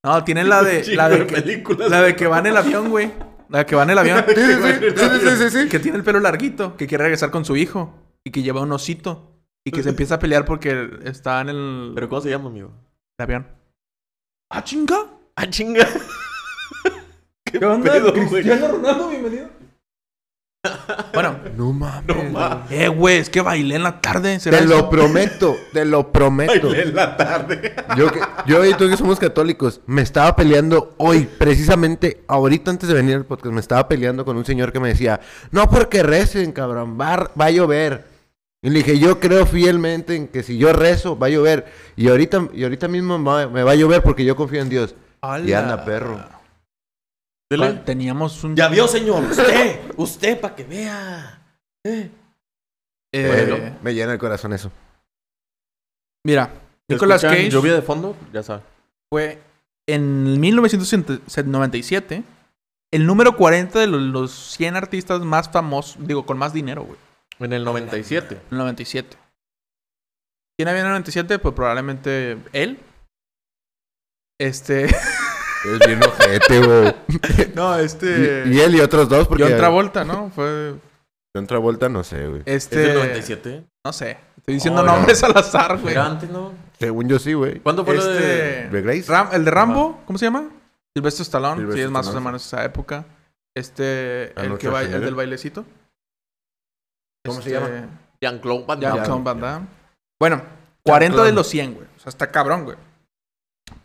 Speaker 1: No, tiene la de.
Speaker 2: Chingo
Speaker 1: La de, que,
Speaker 2: películas.
Speaker 1: la de que va en el avión, güey. La que va en el avión.
Speaker 3: Sí, sí, sí, sí, sí, sí, sí.
Speaker 1: Que tiene el pelo larguito, que quiere regresar con su hijo y que lleva un osito y que se empieza a pelear porque está en el,
Speaker 2: ¿Pero cómo se llama, amigo?
Speaker 1: el avión. ¡Ah, chinga!
Speaker 2: ¡Ah, chinga! ¿Qué, pedo, güey?
Speaker 1: Ronaldo, bienvenido. Bueno,
Speaker 3: No mames.
Speaker 2: No mames.
Speaker 1: eh, güey, es que bailé en la tarde. ¿será
Speaker 3: Te
Speaker 1: eso?
Speaker 3: lo prometo, te lo prometo.
Speaker 2: Bailé en la tarde.
Speaker 3: Yo, que- yo y tú que somos católicos, me estaba peleando hoy, precisamente ahorita antes de venir al podcast, me estaba peleando con un señor que me decía, no porque recen, cabrón, va, a- va a llover. Y le dije, yo creo fielmente en que si yo rezo, va a llover. Y ahorita, y ahorita mismo va- me va a llover porque yo confío en Dios. Y
Speaker 1: ¡Hala!
Speaker 3: anda, perro.
Speaker 2: Dele.
Speaker 1: Teníamos un.
Speaker 2: Ya vio, señor. Usted, usted, para que vea. Eh.
Speaker 1: eh,
Speaker 3: Bueno, me llena el corazón eso.
Speaker 1: Mira, Nicolas
Speaker 2: ¿Escuchan
Speaker 1: Cage
Speaker 2: Lluvia de fondo, ya sabe.
Speaker 1: fue en 1997 el número 40 de los, los 100 artistas más famosos, digo, con más dinero, güey.
Speaker 2: En el 97.
Speaker 1: En el 97. ¿Quién había en el 97? Pues probablemente él. Este.
Speaker 3: Es bien ojete, güey.
Speaker 1: No, este.
Speaker 3: Y, y él y otros dos, porque...
Speaker 1: John Travolta, ¿no? Fue.
Speaker 3: John Travolta, no sé, güey.
Speaker 2: ¿Es
Speaker 1: Este.
Speaker 2: del 97?
Speaker 1: No sé. Estoy diciendo
Speaker 2: Oh, no.
Speaker 1: nombres al azar, güey.
Speaker 2: Era antes, ¿no?
Speaker 3: Según yo sí, güey.
Speaker 2: ¿Cuándo fue lo de...?
Speaker 1: Este.
Speaker 3: ¿De Grace?
Speaker 1: Ram- el de Rambo, ¿cómo se llama? Silvestre Stallone.
Speaker 3: Sylvester
Speaker 1: sí, es más o
Speaker 3: Stallone.
Speaker 1: menos esa época. Este. el, que
Speaker 3: Arnold
Speaker 1: baila- el
Speaker 3: Schwarzenegger.
Speaker 1: del bailecito. Este,
Speaker 3: ¿Cómo se
Speaker 2: este,
Speaker 3: llama?
Speaker 2: Jean-Claude Van
Speaker 1: Ya,
Speaker 2: Damme.
Speaker 1: Tom Van Damme. Bueno, 40 de
Speaker 3: Clown.
Speaker 1: los 100, güey. O sea, está cabrón, güey.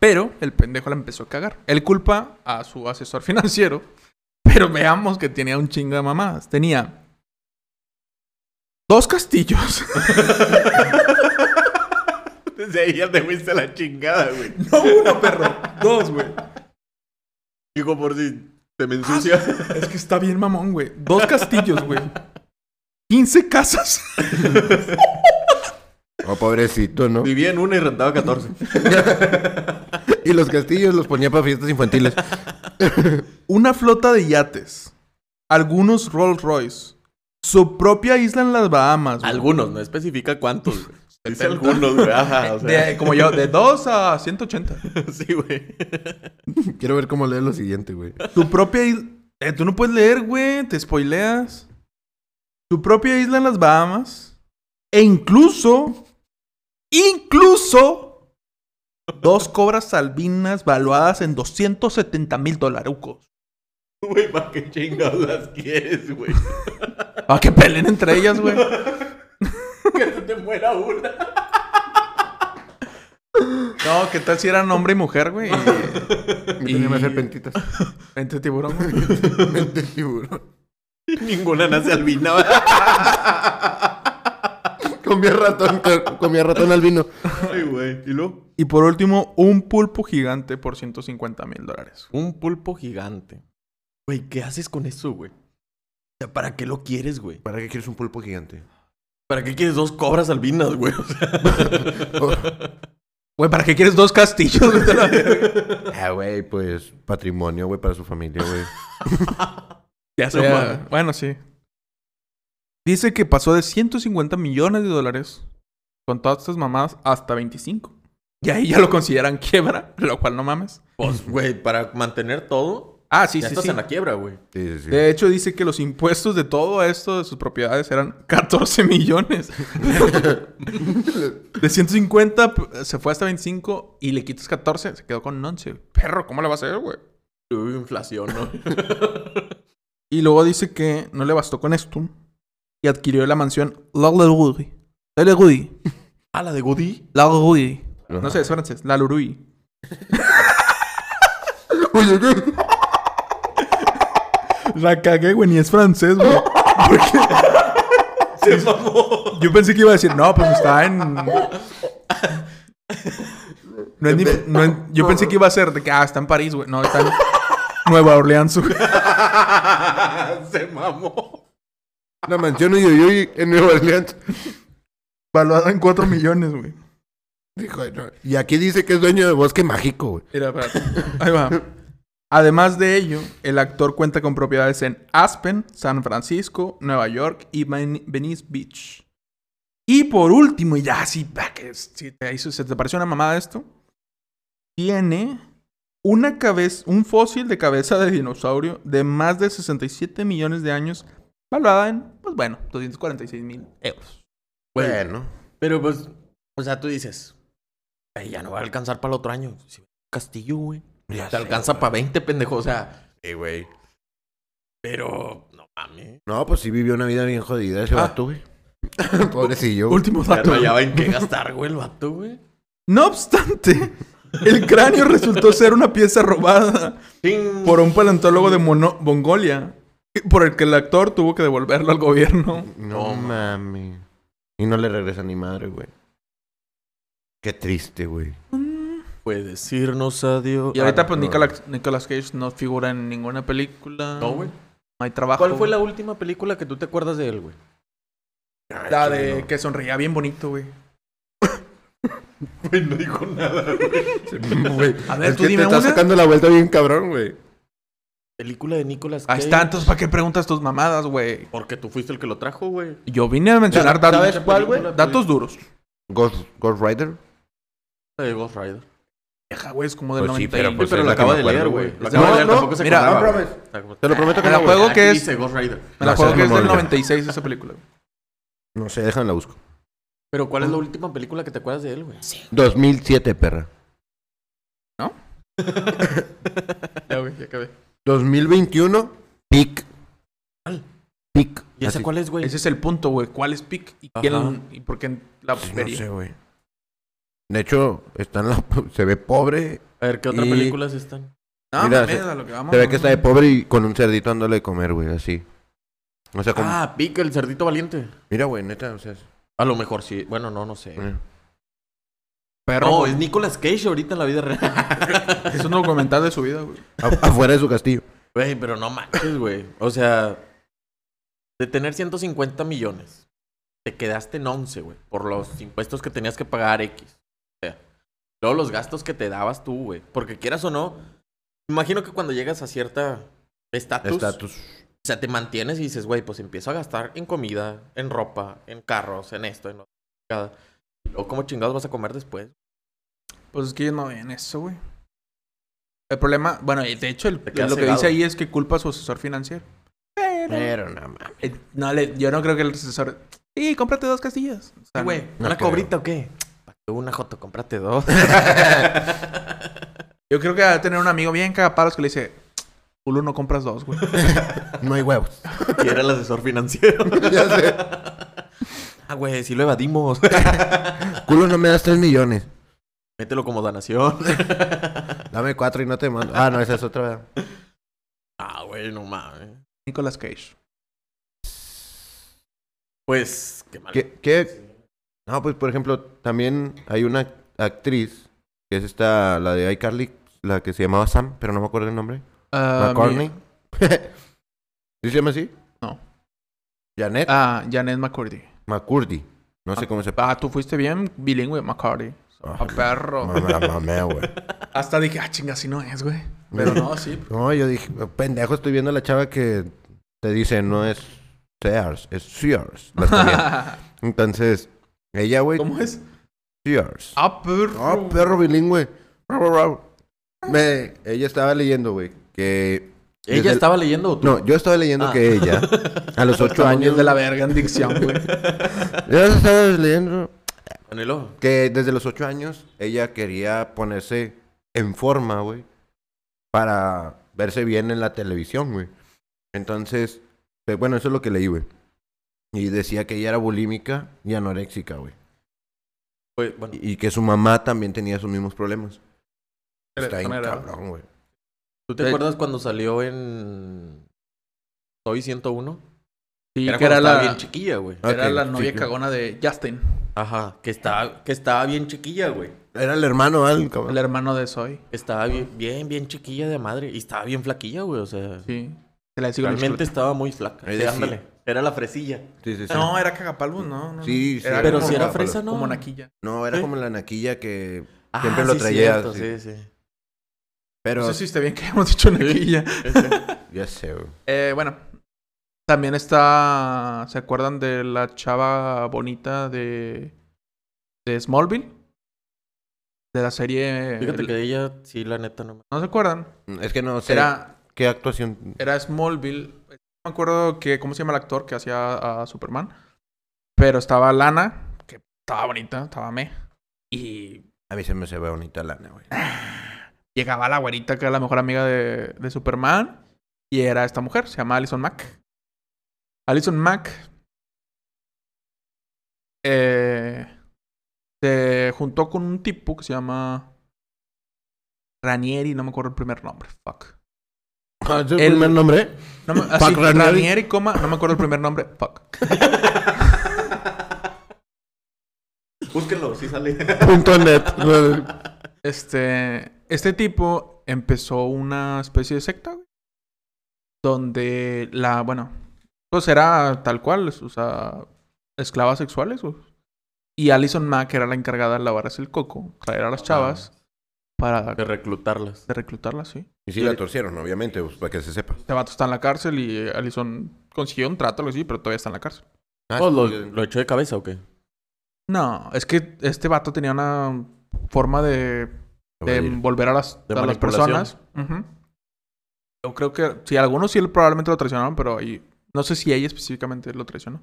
Speaker 1: Pero el pendejo la empezó a cagar. Él culpa a su asesor financiero. Pero veamos que tenía un chingo de mamadas. Tenía dos castillos.
Speaker 2: Desde ahí ya te fuiste a la chingada, güey.
Speaker 1: No uno, perro. Dos, güey.
Speaker 2: Digo, por si te me ensucia.
Speaker 1: Es que está bien mamón, güey. Dos castillos, güey. 15 casas.
Speaker 3: Oh, pobrecito, ¿no?
Speaker 2: Vivía en una y rentaba 14.
Speaker 3: Y los castillos los ponía para fiestas infantiles.
Speaker 1: Una flota de yates. Algunos Rolls Royce. Su propia isla en las Bahamas. güey.
Speaker 2: Algunos, no especifica cuántos. güey. Dice
Speaker 1: 70.
Speaker 2: algunos, güey. Ajá, o sea.
Speaker 1: De- como yo, de 2 a 180.
Speaker 2: Sí, güey.
Speaker 3: Quiero ver cómo lee lo siguiente, güey.
Speaker 1: Tu propia isla. tú no puedes leer, güey. Te spoileas. Tu propia isla en las Bahamas. E incluso. Incluso. Dos cobras salvinas valuadas en 270 mil dolarucos.
Speaker 2: Güey, ¿para qué chingados las quieres, güey?
Speaker 1: Ah, que peleen entre ellas, güey.
Speaker 2: Que no te muera una.
Speaker 1: No, ¿qué tal si eran hombre y mujer, güey? Y-
Speaker 3: Me tenía más serpentitas.
Speaker 1: Entre tiburón, güey.
Speaker 3: Mente tiburón.
Speaker 2: Y ninguna nace albina. güey.
Speaker 3: Comía ratón, co- comía ratón al vino.
Speaker 2: Ay, güey. ¿Y luego?
Speaker 1: Y por último, un pulpo gigante por 150 mil dólares.
Speaker 2: Un pulpo gigante. Güey, ¿qué haces con eso, güey? O sea, ¿para qué lo quieres, güey?
Speaker 3: ¿Para qué quieres un pulpo gigante?
Speaker 2: ¿Para qué quieres dos cobras albinas, güey? O sea,
Speaker 1: Güey, ¿para qué quieres dos castillos? Vete a la verga.
Speaker 3: Ah, güey, pues patrimonio, güey, para su familia, güey.
Speaker 1: Ya
Speaker 2: se fue.
Speaker 1: Bueno, sí. Dice que pasó de 150 millones de dólares con todas estas mamadas hasta 25. Y ahí ya lo consideran quiebra, lo cual no mames.
Speaker 2: pues, güey, para mantener todo,
Speaker 1: Ah, sí,
Speaker 2: ya
Speaker 1: sí,
Speaker 2: estás
Speaker 1: sí.
Speaker 2: en la quiebra, güey.
Speaker 3: Sí, sí, sí.
Speaker 1: De hecho, dice que los impuestos de todo esto, de sus propiedades, eran 14 millones. de 150 p- se fue hasta 25 y le quitas 14, se quedó con 11. Perro, ¿cómo le va a hacer, güey?
Speaker 2: Uy, inflación, ¿no?
Speaker 1: Y luego dice que no le bastó con esto y adquirió la mansión Lalewood. Lalewood.
Speaker 2: ah, la de Goody.
Speaker 1: Lalewood.
Speaker 3: Ajá.
Speaker 1: No sé, es francés. Lalurui.
Speaker 3: Oye, ¿qué?
Speaker 1: La cagué, güey, ni es francés, güey.
Speaker 2: Se mamó.
Speaker 1: Yo pensé que iba a decir, no, pues está en. No es ni- no es- yo pensé que iba a ser de que, ah, está en París, güey. No, está en Nueva Orleans, güey.
Speaker 2: Se mamó.
Speaker 3: La mansión de Yoyoy en Nueva Orleans.
Speaker 1: Valuada en 4 millones, güey.
Speaker 3: Dijo, "No". Y aquí dice que es dueño de bosque mágico, güey.
Speaker 1: Mira, espérate. Ahí va. Además de ello, el actor cuenta con propiedades en Aspen, San Francisco, Nueva York y Ven- Venice Beach. Y por último, y ya sí, pa, que es- si te hizo- se te pareció una mamada esto, tiene una cabeza, un fósil de cabeza de dinosaurio de más de 67 millones de años, valuada en, pues bueno, 246 mil euros.
Speaker 2: Güey,
Speaker 3: Bueno.
Speaker 2: Pero pues, o sea, tú dices, "Ay, ya no va a alcanzar para el otro año. Si un castillo, güey.
Speaker 3: Ya
Speaker 2: Te
Speaker 3: sé,
Speaker 2: alcanza
Speaker 3: güey.
Speaker 2: para 20, pendejo. O sea, eh, güey. Pero, no mames.
Speaker 3: No, pues sí vivió una vida bien jodida ese
Speaker 1: Ah.
Speaker 3: vato, güey. Pobrecillo. güey.
Speaker 1: Último
Speaker 2: Ya
Speaker 1: dato.
Speaker 2: no hallaba en qué gastar, güey, el vato, güey.
Speaker 1: No obstante, el cráneo resultó ser una pieza robada.
Speaker 2: Ching.
Speaker 1: por un paleontólogo de Mono- Mongolia, por el que el actor tuvo que devolverlo al gobierno.
Speaker 3: No mames. Y no le regresa ni madre, güey. Qué triste, güey.
Speaker 2: Puede decirnos adiós.
Speaker 1: Y ahorita, pues
Speaker 3: Mm. Ah, no.
Speaker 1: Nicolas, Nicolas Cage no figura en ninguna película.
Speaker 2: No, güey.
Speaker 1: No hay trabajo.
Speaker 2: ¿Cuál fue la última película que tú te acuerdas de él, güey?
Speaker 3: Ah,
Speaker 1: La de que sonreía bien bonito, güey.
Speaker 2: Güey, no dijo nada,
Speaker 3: Güey,
Speaker 1: A ver,
Speaker 3: es
Speaker 1: tú
Speaker 3: que
Speaker 1: dime
Speaker 3: te
Speaker 1: una.
Speaker 3: estás sacando la vuelta bien cabrón, güey.
Speaker 2: Película de Nicolas
Speaker 1: Ahí está, entonces, ¿para qué preguntas tus mamadas, güey?
Speaker 2: Porque tú fuiste el que lo trajo, güey.
Speaker 1: Yo vine a mencionar datos,
Speaker 3: ¿Sabes cuál, güey?
Speaker 1: datos duros.
Speaker 3: Ghost, Ghost Rider.
Speaker 2: La de Ghost Rider.
Speaker 1: Vieja, güey, es como del
Speaker 3: Pues sí,
Speaker 1: 90
Speaker 3: pero
Speaker 1: y-
Speaker 3: pues-
Speaker 2: pero
Speaker 3: es
Speaker 2: la
Speaker 3: la que
Speaker 2: acaba de
Speaker 3: me acuerdo,
Speaker 2: leer,
Speaker 3: güey.
Speaker 2: güey. La
Speaker 3: Es-
Speaker 2: acaba
Speaker 1: no,
Speaker 2: de leer,
Speaker 1: no.
Speaker 2: tampoco se
Speaker 1: Mira,
Speaker 2: acordaba,
Speaker 3: no
Speaker 2: güey.
Speaker 3: mames.
Speaker 2: Está como-
Speaker 3: Te lo prometo Ah, que
Speaker 1: Me
Speaker 3: no,
Speaker 1: la
Speaker 3: güey.
Speaker 1: juego que
Speaker 2: Aquí
Speaker 1: es,
Speaker 2: dice Ghost Rider.
Speaker 1: me la
Speaker 3: No
Speaker 1: juego
Speaker 3: seas
Speaker 1: que es del
Speaker 3: mamón.
Speaker 1: 96 esa película. güey.
Speaker 3: No sé, déjame la busco.
Speaker 2: Pero ¿cuál es la última película que te acuerdas de él, güey?
Speaker 3: 2007, perra.
Speaker 1: Ya, güey, ya acabé.
Speaker 3: 2021, Pic.
Speaker 2: ¿Cuál?
Speaker 3: Pic.
Speaker 2: ¿Y Ah, ese
Speaker 3: Así-
Speaker 2: cuál es, güey?
Speaker 1: Ese es el punto, güey. ¿Cuál es Pick? ¿Y quién?
Speaker 2: Ajá.
Speaker 1: ¿Y por qué la
Speaker 3: Pues No
Speaker 1: vería?
Speaker 3: sé, güey. De hecho, está en la- se ve pobre.
Speaker 2: A ver, ¿qué otras
Speaker 3: Y-
Speaker 2: películas están?
Speaker 1: No,
Speaker 3: Mira,
Speaker 1: mames,
Speaker 3: se-
Speaker 1: a lo que vamos.
Speaker 3: Se ve que está de
Speaker 1: ¿no?
Speaker 3: pobre y con un cerdito dándole de comer, güey, así. O sea, como...
Speaker 2: Ah, Pica, el cerdito valiente.
Speaker 3: Mira, güey, neta, o sea... es-
Speaker 2: A lo mejor sí. Bueno, no, no sé.
Speaker 3: eh.
Speaker 1: Perro.
Speaker 2: No, es Nicolas Cage ahorita en la vida real.
Speaker 1: Es un documental de su vida, güey.
Speaker 3: A- afuera de su castillo.
Speaker 2: Güey, pero no manches, güey. O sea, de tener 150 millones, te quedaste en 11, güey, por los impuestos que tenías que pagar X. O sea, luego los gastos que te dabas tú, güey. Porque quieras o no, imagino que cuando llegas a cierta estatus, o
Speaker 3: Estatus.
Speaker 2: sea, te mantienes y dices, güey, pues empiezo a gastar en comida, en ropa, en carros, en esto, en lo chingada. Y luego, ¿cómo chingados vas a comer después?
Speaker 1: Pues es que ellos no ven eso, güey. El problema, bueno, y de hecho, el-
Speaker 2: Te quedas
Speaker 1: lo que
Speaker 2: cegado.
Speaker 1: dice ahí es que culpa a su asesor financiero. Pero.
Speaker 3: Pero nada más.
Speaker 1: eh, no, le, yo no creo que el asesor. Sí, cómprate dos castillas. O sea,
Speaker 2: Güey,
Speaker 3: no
Speaker 2: ¿una
Speaker 3: creo.
Speaker 2: cobrita o qué? Para que una Joto, cómprate dos.
Speaker 1: Yo creo que va a tener un amigo bien cagaparos que le dice: Pulo, no compras dos, güey.
Speaker 3: No hay huevos.
Speaker 2: Y era el asesor financiero.
Speaker 3: ya sé.
Speaker 2: Ah, güey, si lo evadimos.
Speaker 3: Culo, no me das 3 millones.
Speaker 2: Mételo como donación.
Speaker 3: Dame 4 y no te mando. Ah, no, esa es otra.
Speaker 2: Ah, güey, no mames.
Speaker 1: Nicolas Cage.
Speaker 2: Pues, qué mal.
Speaker 3: ¿Qué, qué? No, pues, por ejemplo, también hay una actriz, que es esta, la de iCarly, la que se llamaba Sam, pero no me acuerdo el nombre.
Speaker 1: Ah,
Speaker 3: McCartney.
Speaker 1: mi-
Speaker 3: ¿Sí se llama así?
Speaker 1: No.
Speaker 3: Janet
Speaker 1: Ah, Janet McCurdy.
Speaker 3: McCurdy. No sé cómo se...
Speaker 1: Ah, tú fuiste bien bilingüe, McCurdy.
Speaker 3: Ah,
Speaker 1: A perro.
Speaker 3: mamá, mamá, güey.
Speaker 1: Hasta dije, ah, chinga, si no es, güey. Pero no, sí.
Speaker 3: No, yo dije, pendejo, estoy viendo a la chava que te dice, no es Sears, es Sears. La estoy viendo. Entonces, ella, güey,
Speaker 1: ¿Cómo es?
Speaker 3: Sears.
Speaker 1: Ah, perro.
Speaker 3: Ah, perro bilingüe. Rau, rau, rau. Me- ella estaba leyendo, güey, que... desde
Speaker 2: ¿Ella
Speaker 3: el-
Speaker 2: estaba leyendo o tú?
Speaker 3: No, yo estaba leyendo
Speaker 2: Ah.
Speaker 3: que ella, a los ocho
Speaker 1: Estamos bien
Speaker 3: años...
Speaker 1: de la verga en dicción, güey.
Speaker 3: Yo estaba leyendo
Speaker 2: Ponelo.
Speaker 3: que desde los ocho años ella quería ponerse en forma, güey, para verse bien en la televisión, güey. Entonces, pues, bueno, eso es lo que leí, güey. Y decía que ella era bulímica y anoréxica, güey.
Speaker 2: Pues, bueno,
Speaker 3: Y, y que su mamá también tenía esos mismos problemas. Está bien
Speaker 1: Era-
Speaker 3: cabrón, güey.
Speaker 2: ¿tú te
Speaker 1: Eh.
Speaker 2: acuerdas cuando salió en. Soy 101?
Speaker 1: Sí,
Speaker 2: Era
Speaker 1: que
Speaker 2: cuando
Speaker 1: era
Speaker 2: estaba
Speaker 1: la,
Speaker 2: bien chiquilla, güey.
Speaker 3: Ah.
Speaker 1: era
Speaker 3: Ok,
Speaker 1: la
Speaker 3: sí,
Speaker 1: novia
Speaker 3: sí.
Speaker 1: cagona de Justin,
Speaker 2: Ajá, que estaba, que estaba bien chiquilla, güey.
Speaker 3: Era el hermano, algo, cabrón.
Speaker 1: el hermano de Zoe.
Speaker 2: Estaba bien, bien, bien chiquilla de madre. Y estaba bien flaquilla, güey. O sea,
Speaker 1: Sí. Se la sigo en el
Speaker 2: realmente estaba muy flaca.
Speaker 3: Es
Speaker 2: Sí,
Speaker 3: decir,
Speaker 2: ándale. Era la fresilla.
Speaker 3: Sí, sí, sí.
Speaker 1: No, era cagapalvo, no. no.
Speaker 3: Sí, sí,
Speaker 2: Pero
Speaker 1: como-
Speaker 2: si era
Speaker 3: Cagapalo.
Speaker 2: fresa, ¿no?
Speaker 1: Como naquilla.
Speaker 3: No, era
Speaker 2: Sí.
Speaker 3: como la naquilla que
Speaker 2: Ah,
Speaker 3: Siempre lo
Speaker 2: sí,
Speaker 3: traía,
Speaker 2: cierto,
Speaker 3: sí.
Speaker 2: Sí, sí.
Speaker 3: pero
Speaker 1: No sé si está bien que hayamos dicho naquilla.
Speaker 2: Ese.
Speaker 3: ya sé. güey.
Speaker 1: Eh, bueno. También está. ¿Se acuerdan de la chava bonita de. de Smallville? De la serie.
Speaker 2: Fíjate que de ella, sí, la neta, no me...
Speaker 1: ¿No se acuerdan?
Speaker 3: Es que no sé
Speaker 1: Era,
Speaker 3: qué actuación
Speaker 1: era Smallville. No me acuerdo que, cómo se llama el actor que hacía a Superman. Pero estaba Lana, que estaba bonita, estaba me. Y
Speaker 3: a mí se me se ve bonita lana, güey.
Speaker 1: llegaba la güerita, que era la mejor amiga de, de Superman, y era esta mujer, se llama Alison Mack. Alison Mack eh, se juntó con un tipo que se llama Ranieri, no me acuerdo el primer nombre, fuck.
Speaker 3: ¿Es
Speaker 1: el primer
Speaker 3: nombre?
Speaker 1: No me,
Speaker 3: Fuck
Speaker 1: así,
Speaker 3: Ranieri.
Speaker 1: Ranieri, coma, no me acuerdo el primer nombre, fuck.
Speaker 2: Búsquenlo, sí sale.
Speaker 3: Punto net.
Speaker 1: Este, este tipo empezó una especie de secta, güey, Donde la, bueno, pues era tal cual, o sea, esclavas sexuales, güey. Y Alison Mack era la encargada de lavarse el coco, traer a las chavas para
Speaker 2: De reclutarlas.
Speaker 1: de reclutarlas, sí.
Speaker 3: y sí la torcieron, obviamente, pues, para que se sepa.
Speaker 1: Este vato está en la cárcel y eh, Alison consiguió un trato, algo así, pero todavía está en la cárcel.
Speaker 3: Ah,
Speaker 2: Oh, ¿lo, ¿Lo echó de cabeza o qué?
Speaker 1: No, es que este vato tenía una forma de de volver a las,
Speaker 2: De
Speaker 1: a las
Speaker 2: manipulación.
Speaker 1: personas. Ujú. Yo creo que, sí, algunos sí probablemente lo traicionaron, pero ahí, no sé si ella específicamente lo traicionó,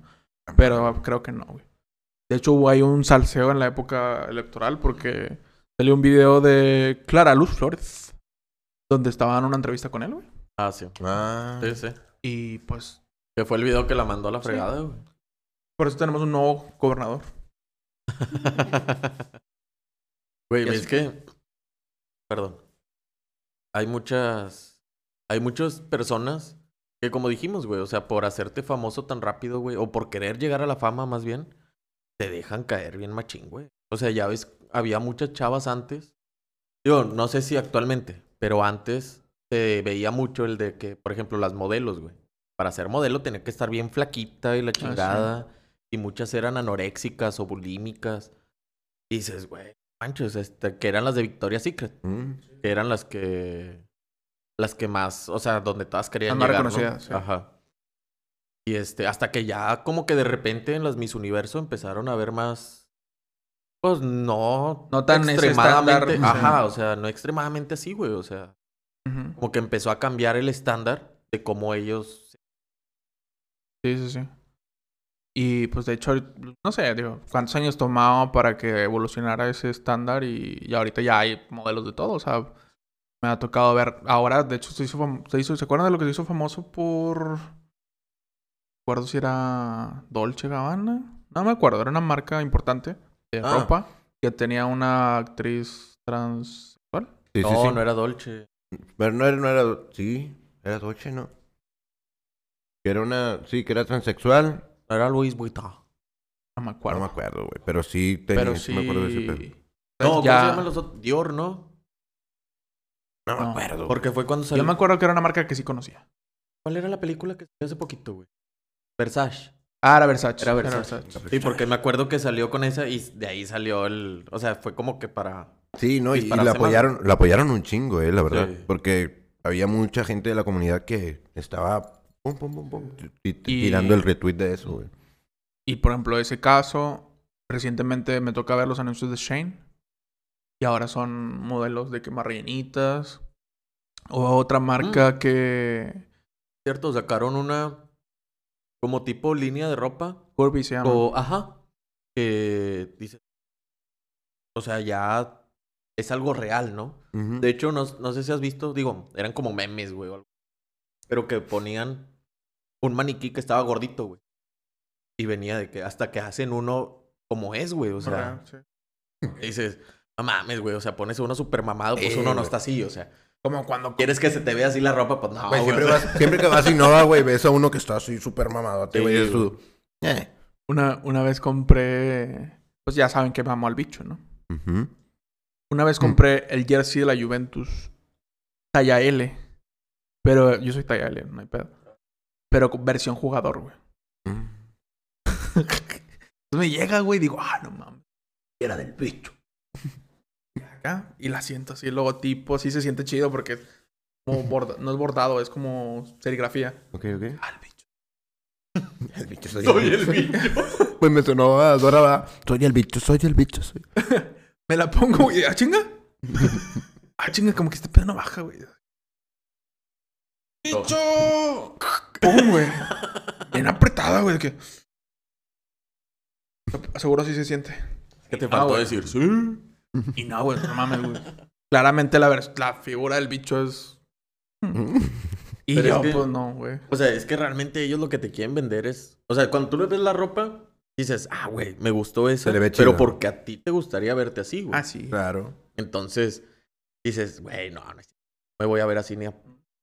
Speaker 1: pero creo que no, güey. De hecho, hubo ahí un salseo en la época electoral porque salió un video de Clara Luz Flores, donde estaba en una entrevista con él, güey.
Speaker 2: Ah, sí.
Speaker 3: Ah,
Speaker 2: Sí, sí.
Speaker 1: Y pues,
Speaker 2: Que fue el video que la mandó a la
Speaker 1: Sí.
Speaker 2: fregada, güey.
Speaker 1: por eso tenemos un nuevo gobernador.
Speaker 2: Güey,
Speaker 1: Ya
Speaker 2: es
Speaker 1: sé.
Speaker 2: que. Perdón. Hay muchas. Hay muchas personas que, como dijimos, güey, o sea, por hacerte famoso tan rápido, güey, o por querer llegar a la fama más bien, te dejan caer bien machín, güey. O sea, ya ves, había muchas chavas antes. Digo, no sé si actualmente, pero antes se veía mucho el de que, por ejemplo, las modelos, güey. Para ser modelo tenía que estar bien flaquita y la
Speaker 1: sí.
Speaker 2: chingada. Y muchas eran anoréxicas o bulímicas. Y dices, güey, manches, este, que eran las de Victoria's Secret.
Speaker 3: mm.
Speaker 2: Que eran las que. Las que más. O sea, donde todas querían
Speaker 1: Las más
Speaker 2: llegar, ¿no?
Speaker 1: reconocidas, sí.
Speaker 2: Ajá. Y este, hasta que ya, como que de repente en las Miss Universo empezaron a ver más. Pues no.
Speaker 1: No tan ese
Speaker 2: extremadamente.
Speaker 1: estándar,
Speaker 2: Ajá, o sea, no extremadamente así, güey. O sea,
Speaker 1: Ujú.
Speaker 2: como que empezó a cambiar el estándar de cómo ellos
Speaker 1: Sí, sí, sí. Y pues de hecho, ahorita- no sé, digo, ¿cuántos años tomaba para que evolucionara ese estándar? Y, y ahorita ya hay modelos de todo, o sea, me ha tocado ver. Ahora, de hecho, se hizo, fam- se hizo, ¿se acuerdan de lo que se hizo famoso por... No recuerdo si era Dolce Gabbana, no me acuerdo, era una marca importante de
Speaker 2: Ah.
Speaker 1: ropa que tenía una actriz transexual.
Speaker 3: Sí, sí,
Speaker 2: no,
Speaker 3: sí.
Speaker 2: no era Dolce.
Speaker 3: Pero no era, no era, sí, era Dolce, ¿no? Que era una, sí, que era transexual.
Speaker 2: No era Luis Vuitton.
Speaker 1: No me acuerdo.
Speaker 3: No me acuerdo, güey, pero sí tenía,
Speaker 1: Pero
Speaker 3: sí
Speaker 1: sí... pues,
Speaker 3: me acuerdo de ese pedo.
Speaker 2: No, ¿cómo
Speaker 1: Ya-
Speaker 2: se llaman los otros? Dior, ¿no?
Speaker 3: No, me
Speaker 1: No,
Speaker 3: acuerdo.
Speaker 2: Porque fue cuando salió.
Speaker 1: Yo me acuerdo que era una marca que sí conocía.
Speaker 2: ¿Cuál era la película que salió hace poquito, güey? Versace.
Speaker 1: Ah, era Versace.
Speaker 2: Era
Speaker 1: Era
Speaker 2: Versace.
Speaker 1: Versace.
Speaker 2: Sí, porque me acuerdo que salió con esa y de ahí salió el. O sea, fue como que para.
Speaker 3: Sí, no, y, y
Speaker 2: dispararse
Speaker 3: la
Speaker 2: más.
Speaker 3: apoyaron, la apoyaron un chingo, eh, la verdad.
Speaker 2: Sí.
Speaker 3: Porque había mucha gente de la comunidad que estaba pum, pum, pum, pum, ti- ti-
Speaker 1: Y-
Speaker 3: tirando el retweet de eso, güey.
Speaker 1: Y por ejemplo, ese caso, recientemente me toca ver los anuncios de Shane. Y ahora son modelos de que más rellenitas. O otra marca
Speaker 2: Mm.
Speaker 1: que.
Speaker 2: Cierto, sacaron una. Como tipo línea de ropa.
Speaker 1: Corby se llama.
Speaker 2: O, ajá. Que dice. O sea, ya. Es algo real, ¿no?
Speaker 3: Ujú.
Speaker 2: De hecho, no, no sé si has visto, digo, eran como memes, güey. o algo. Pero que ponían un maniquí que estaba gordito, güey. Y venía de que hasta que hacen uno como es, güey. O sea,
Speaker 1: Ajá, sí.
Speaker 2: dices, no mames, güey. O sea, pones uno súper mamado, pues
Speaker 3: Eh,
Speaker 2: uno no
Speaker 3: güey.
Speaker 2: está así, o sea.
Speaker 1: Como cuando.
Speaker 2: ¿Quieres que se te vea así la ropa? Pues no,
Speaker 3: Güey,
Speaker 2: güey.
Speaker 3: siempre,
Speaker 2: o sea,
Speaker 3: vas- siempre que vas a Innova, güey, ves a uno que está así súper mamadote,
Speaker 2: Sí,
Speaker 3: güey. de
Speaker 2: güey.
Speaker 3: su- Eh.
Speaker 1: Una, una vez compré. Pues ya saben que mamó al bicho, ¿no?
Speaker 3: Ujú.
Speaker 1: Una
Speaker 2: Mm.
Speaker 1: vez compré el jersey de la Juventus. Talla L. Pero yo soy talla L, no hay pedo. Pero con versión jugador, güey.
Speaker 3: mm,
Speaker 1: Entonces me llega, güey, y digo, ah, no mames. Era del bicho. Y acá, y la siento así, el logotipo, así se siente chido porque es como borda- no es bordado, es como serigrafía.
Speaker 3: Ok, ok.
Speaker 1: Ah, el bicho.
Speaker 3: El bicho
Speaker 2: Soy el bicho.
Speaker 3: Pues me sonó a Dora va. Soy el bicho, soy el bicho. Soy...
Speaker 1: Me la pongo, güey, ah, chinga. ah, chinga, como que este pedo no baja, güey. ¡Bicho! ¡Pum, güey! Bien apretada, güey, de que. Seguro sí se siente.
Speaker 2: ¿Qué te
Speaker 1: Ah,
Speaker 2: faltó
Speaker 1: güey.
Speaker 2: decir? Sí.
Speaker 1: Y no, güey, no mames, güey. Claramente la, vers- la figura del bicho es. hmm. Y
Speaker 2: Pero
Speaker 1: yo,
Speaker 2: es que-
Speaker 1: pues no, güey.
Speaker 2: O sea, es que realmente ellos lo que te quieren vender es. O sea, cuando tú le ves la ropa, dices, ah, güey, me gustó eso.
Speaker 3: Se le ve
Speaker 2: Pero
Speaker 3: chido.
Speaker 2: porque a ti te gustaría verte así, güey.
Speaker 1: Ah, sí.
Speaker 3: Claro.
Speaker 2: Entonces, dices, güey, no, no me voy a ver así ni a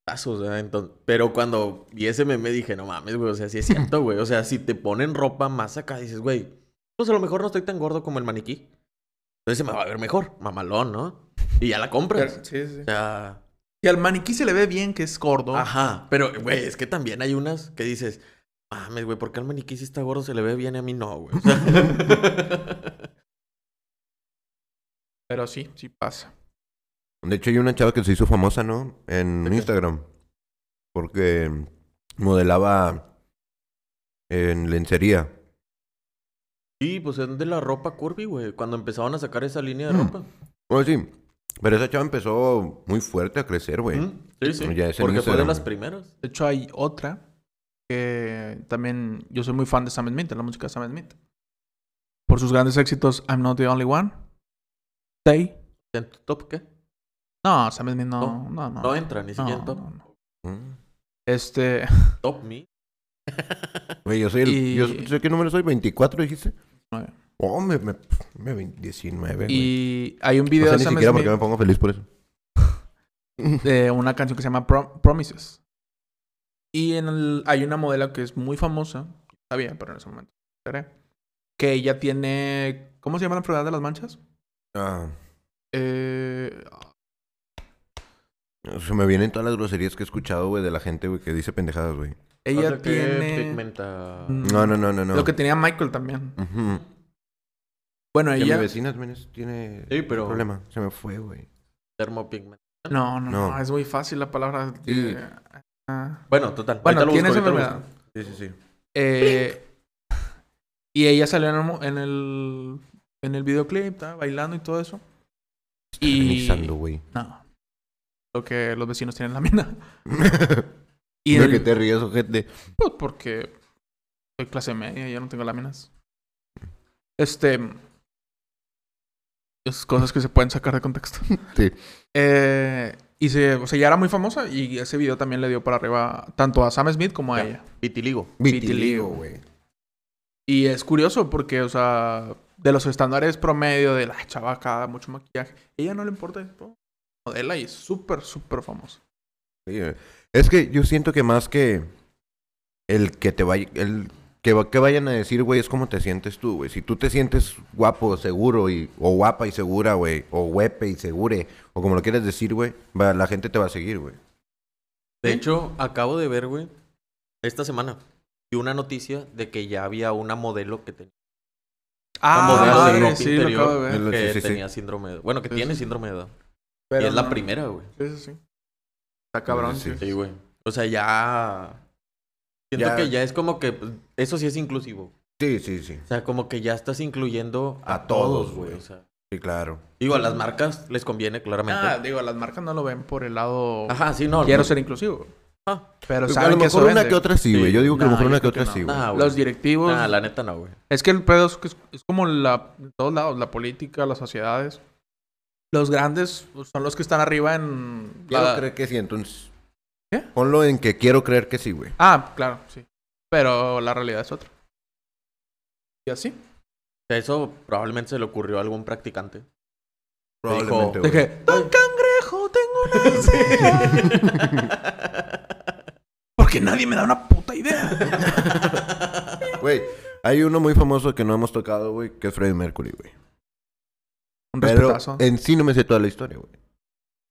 Speaker 2: pasos, Entonces, pero cuando vi ese meme dije, no mames, güey, o sea, sí es cierto, güey. O sea, si te ponen ropa más acá, dices, güey, pues a lo mejor no estoy tan gordo como el maniquí. Entonces se me va a ver mejor, mamalón, ¿no? Y ya la compras.
Speaker 1: Pero- sí, sí, sí.
Speaker 2: O sea,
Speaker 1: Y al maniquí se le ve bien que es gordo.
Speaker 2: ajá. Pero, güey, es que también hay unas que dices, mames, güey, ¿por qué al maniquí si está gordo se le ve bien y a mí no, güey? O sea,
Speaker 1: Pero sí, sí pasa.
Speaker 3: De hecho, hay una chava que se hizo famosa, ¿no? En
Speaker 2: ¿De qué?
Speaker 3: Instagram. Porque modelaba en lencería.
Speaker 2: sí, pues es de la ropa curvy, güey. Cuando empezaban a sacar esa línea de
Speaker 3: Mm.
Speaker 2: ropa.
Speaker 3: Bueno, sí. Pero esa chava empezó muy fuerte a crecer, güey.
Speaker 2: Mm, Sí, sí.
Speaker 3: Ya es en
Speaker 2: Porque fue de
Speaker 3: Instagram.
Speaker 2: las primeras.
Speaker 1: De hecho, hay otra que también. Yo soy muy fan de Sam Smith, de la música de Sam Smith. Por sus grandes éxitos, I'm not the only one. Stay.
Speaker 2: ¿En tu top qué?
Speaker 1: No, Sam Smith no. No, no.
Speaker 2: No, entra, ni
Speaker 1: no,
Speaker 2: siquiera en top.
Speaker 1: no, no.
Speaker 3: Mm.
Speaker 1: Este.
Speaker 2: Top me.
Speaker 3: Güey, yo soy el...
Speaker 1: Y-
Speaker 3: Yo soy- ¿Qué número soy? ¿24 dijiste?
Speaker 1: Nueve.
Speaker 3: Oh, me... me, me 19, güey.
Speaker 1: Y hay un
Speaker 3: No
Speaker 1: video
Speaker 3: sé
Speaker 1: de
Speaker 3: ni
Speaker 1: Sam
Speaker 3: siquiera por
Speaker 1: Smith
Speaker 3: qué me pongo feliz por eso.
Speaker 1: de una canción que se llama Prom- Promises. Y en el- hay una modelo que es muy famosa, sabía, pero en ese momento no me enteré, que ella tiene, ¿cómo se llama la enfermedad de las manchas?
Speaker 3: Ah,
Speaker 1: Eh,
Speaker 3: se me vienen todas las groserías que he escuchado, güey, de la gente, güey, que dice pendejadas, güey.
Speaker 1: ella
Speaker 2: O sea que
Speaker 1: tiene
Speaker 2: Pigmenta...
Speaker 1: Mm.
Speaker 3: No, no, no, no, no.
Speaker 1: lo que tenía Michael también.
Speaker 3: Ujú.
Speaker 1: Bueno,
Speaker 3: Que mi
Speaker 1: ella...
Speaker 3: vecina también es- tiene
Speaker 2: Sí, pero-
Speaker 3: problema. Se me fue, güey.
Speaker 2: Termopigmenta.
Speaker 1: No, no,
Speaker 3: No.
Speaker 1: no, es muy fácil la palabra. Eh,
Speaker 3: Sí.
Speaker 1: Ah.
Speaker 2: Bueno, total.
Speaker 1: Bueno,
Speaker 2: ahorita lo
Speaker 1: tiene esa
Speaker 2: busco, ahorita lo
Speaker 1: enfermedad.
Speaker 2: busco.
Speaker 3: Sí, sí, sí.
Speaker 1: Eh, y ella salió en el, mo- en el, en el videoclip, estaba bailando y todo eso. Y...
Speaker 3: Organizando, güey.
Speaker 1: No. Lo que los vecinos tienen en la mina. Y
Speaker 3: Y
Speaker 1: el-
Speaker 3: que te ríes, ojete.
Speaker 1: Pues porque soy clase media, yo no tengo láminas. Este. Esas cosas que se pueden sacar de contexto.
Speaker 3: Sí.
Speaker 1: Eh, y se, o sea, ya era muy famosa y ese video también le dio para arriba tanto a Sam Smith como a
Speaker 2: Ya.
Speaker 1: ella.
Speaker 2: Vitiligo.
Speaker 1: Vitiligo,
Speaker 3: güey.
Speaker 1: Y es curioso porque, o sea, de los estándares promedio de la chava acá, mucho maquillaje, a ella no le importa eso. Modela y es súper, súper famosa.
Speaker 3: Sí, eh. es que yo siento que más que el que te vaya, el que, va- que vayan a decir, güey, es cómo te sientes tú, güey. Si tú te sientes guapo, seguro, y, o guapa y segura, güey, o huepe y segure, o como lo quieras decir, güey, va- la gente te va a seguir, güey.
Speaker 2: De hecho, acabo de ver, güey, esta semana, y una noticia de que ya había una modelo que, tenía modelo de
Speaker 1: Ah, madre,
Speaker 2: ropa
Speaker 1: sí, lo acabo
Speaker 2: interior.
Speaker 1: de ver.
Speaker 3: Sí,
Speaker 2: que
Speaker 3: sí, sí.
Speaker 2: tenía síndrome de... Bueno, que
Speaker 1: Sí,
Speaker 2: tiene
Speaker 1: sí.
Speaker 2: síndrome de Down.
Speaker 1: Pero
Speaker 2: y es la
Speaker 1: no.
Speaker 2: primera, güey.
Speaker 1: Sí, sí, sí. Está cabrón,
Speaker 3: Sí,
Speaker 1: sí.
Speaker 2: Sí, güey. O sea, ya... Siento
Speaker 3: Ya-
Speaker 2: que ya es como que... pues, Eso sí es inclusivo.
Speaker 3: Sí, sí, sí.
Speaker 2: O sea, como que ya estás incluyendo a,
Speaker 3: A todos,
Speaker 2: todos, güey. O
Speaker 3: güey.
Speaker 2: sea,
Speaker 3: Sí, claro.
Speaker 2: digo, a las marcas les conviene claramente.
Speaker 1: Ah, digo, las marcas no lo ven por el lado
Speaker 2: Ajá, sí, no.
Speaker 1: quiero
Speaker 2: no.
Speaker 1: ser inclusivo.
Speaker 2: Ah.
Speaker 1: Pero
Speaker 3: Pues, a
Speaker 1: saben
Speaker 3: lo
Speaker 1: que eso
Speaker 3: mejor una
Speaker 1: vende.
Speaker 3: que otra Ah, sí,
Speaker 2: Sí.
Speaker 3: güey. Yo digo que a
Speaker 1: No,
Speaker 3: lo mejor
Speaker 1: yo
Speaker 3: una que
Speaker 1: creo que
Speaker 3: otra
Speaker 1: no.
Speaker 3: sí, güey.
Speaker 2: Nah, güey.
Speaker 1: Los directivos.
Speaker 2: Nah, la neta no, güey.
Speaker 1: Es que el pedo es, que es- es como la, en todos lados, la política, las sociedades. Los grandes pues, son los que están arriba en...
Speaker 3: Quiero
Speaker 1: la-
Speaker 3: creer que sí, entonces.
Speaker 1: ¿Qué?
Speaker 3: Ponlo en que quiero creer que sí, güey.
Speaker 1: Ah, claro, sí. Pero la realidad es otra. Y así.
Speaker 2: O sea, Eso probablemente se le ocurrió a algún practicante.
Speaker 3: Probablemente,
Speaker 1: De
Speaker 3: güey.
Speaker 1: que, Don Cangrejo, tengo una idea. Porque nadie me da una puta idea.
Speaker 3: Güey, hay uno muy famoso que no hemos tocado, güey, que es Freddie Mercury, güey.
Speaker 1: Un
Speaker 3: Pero
Speaker 1: respetazo.
Speaker 3: en sí no me sé toda la historia, güey.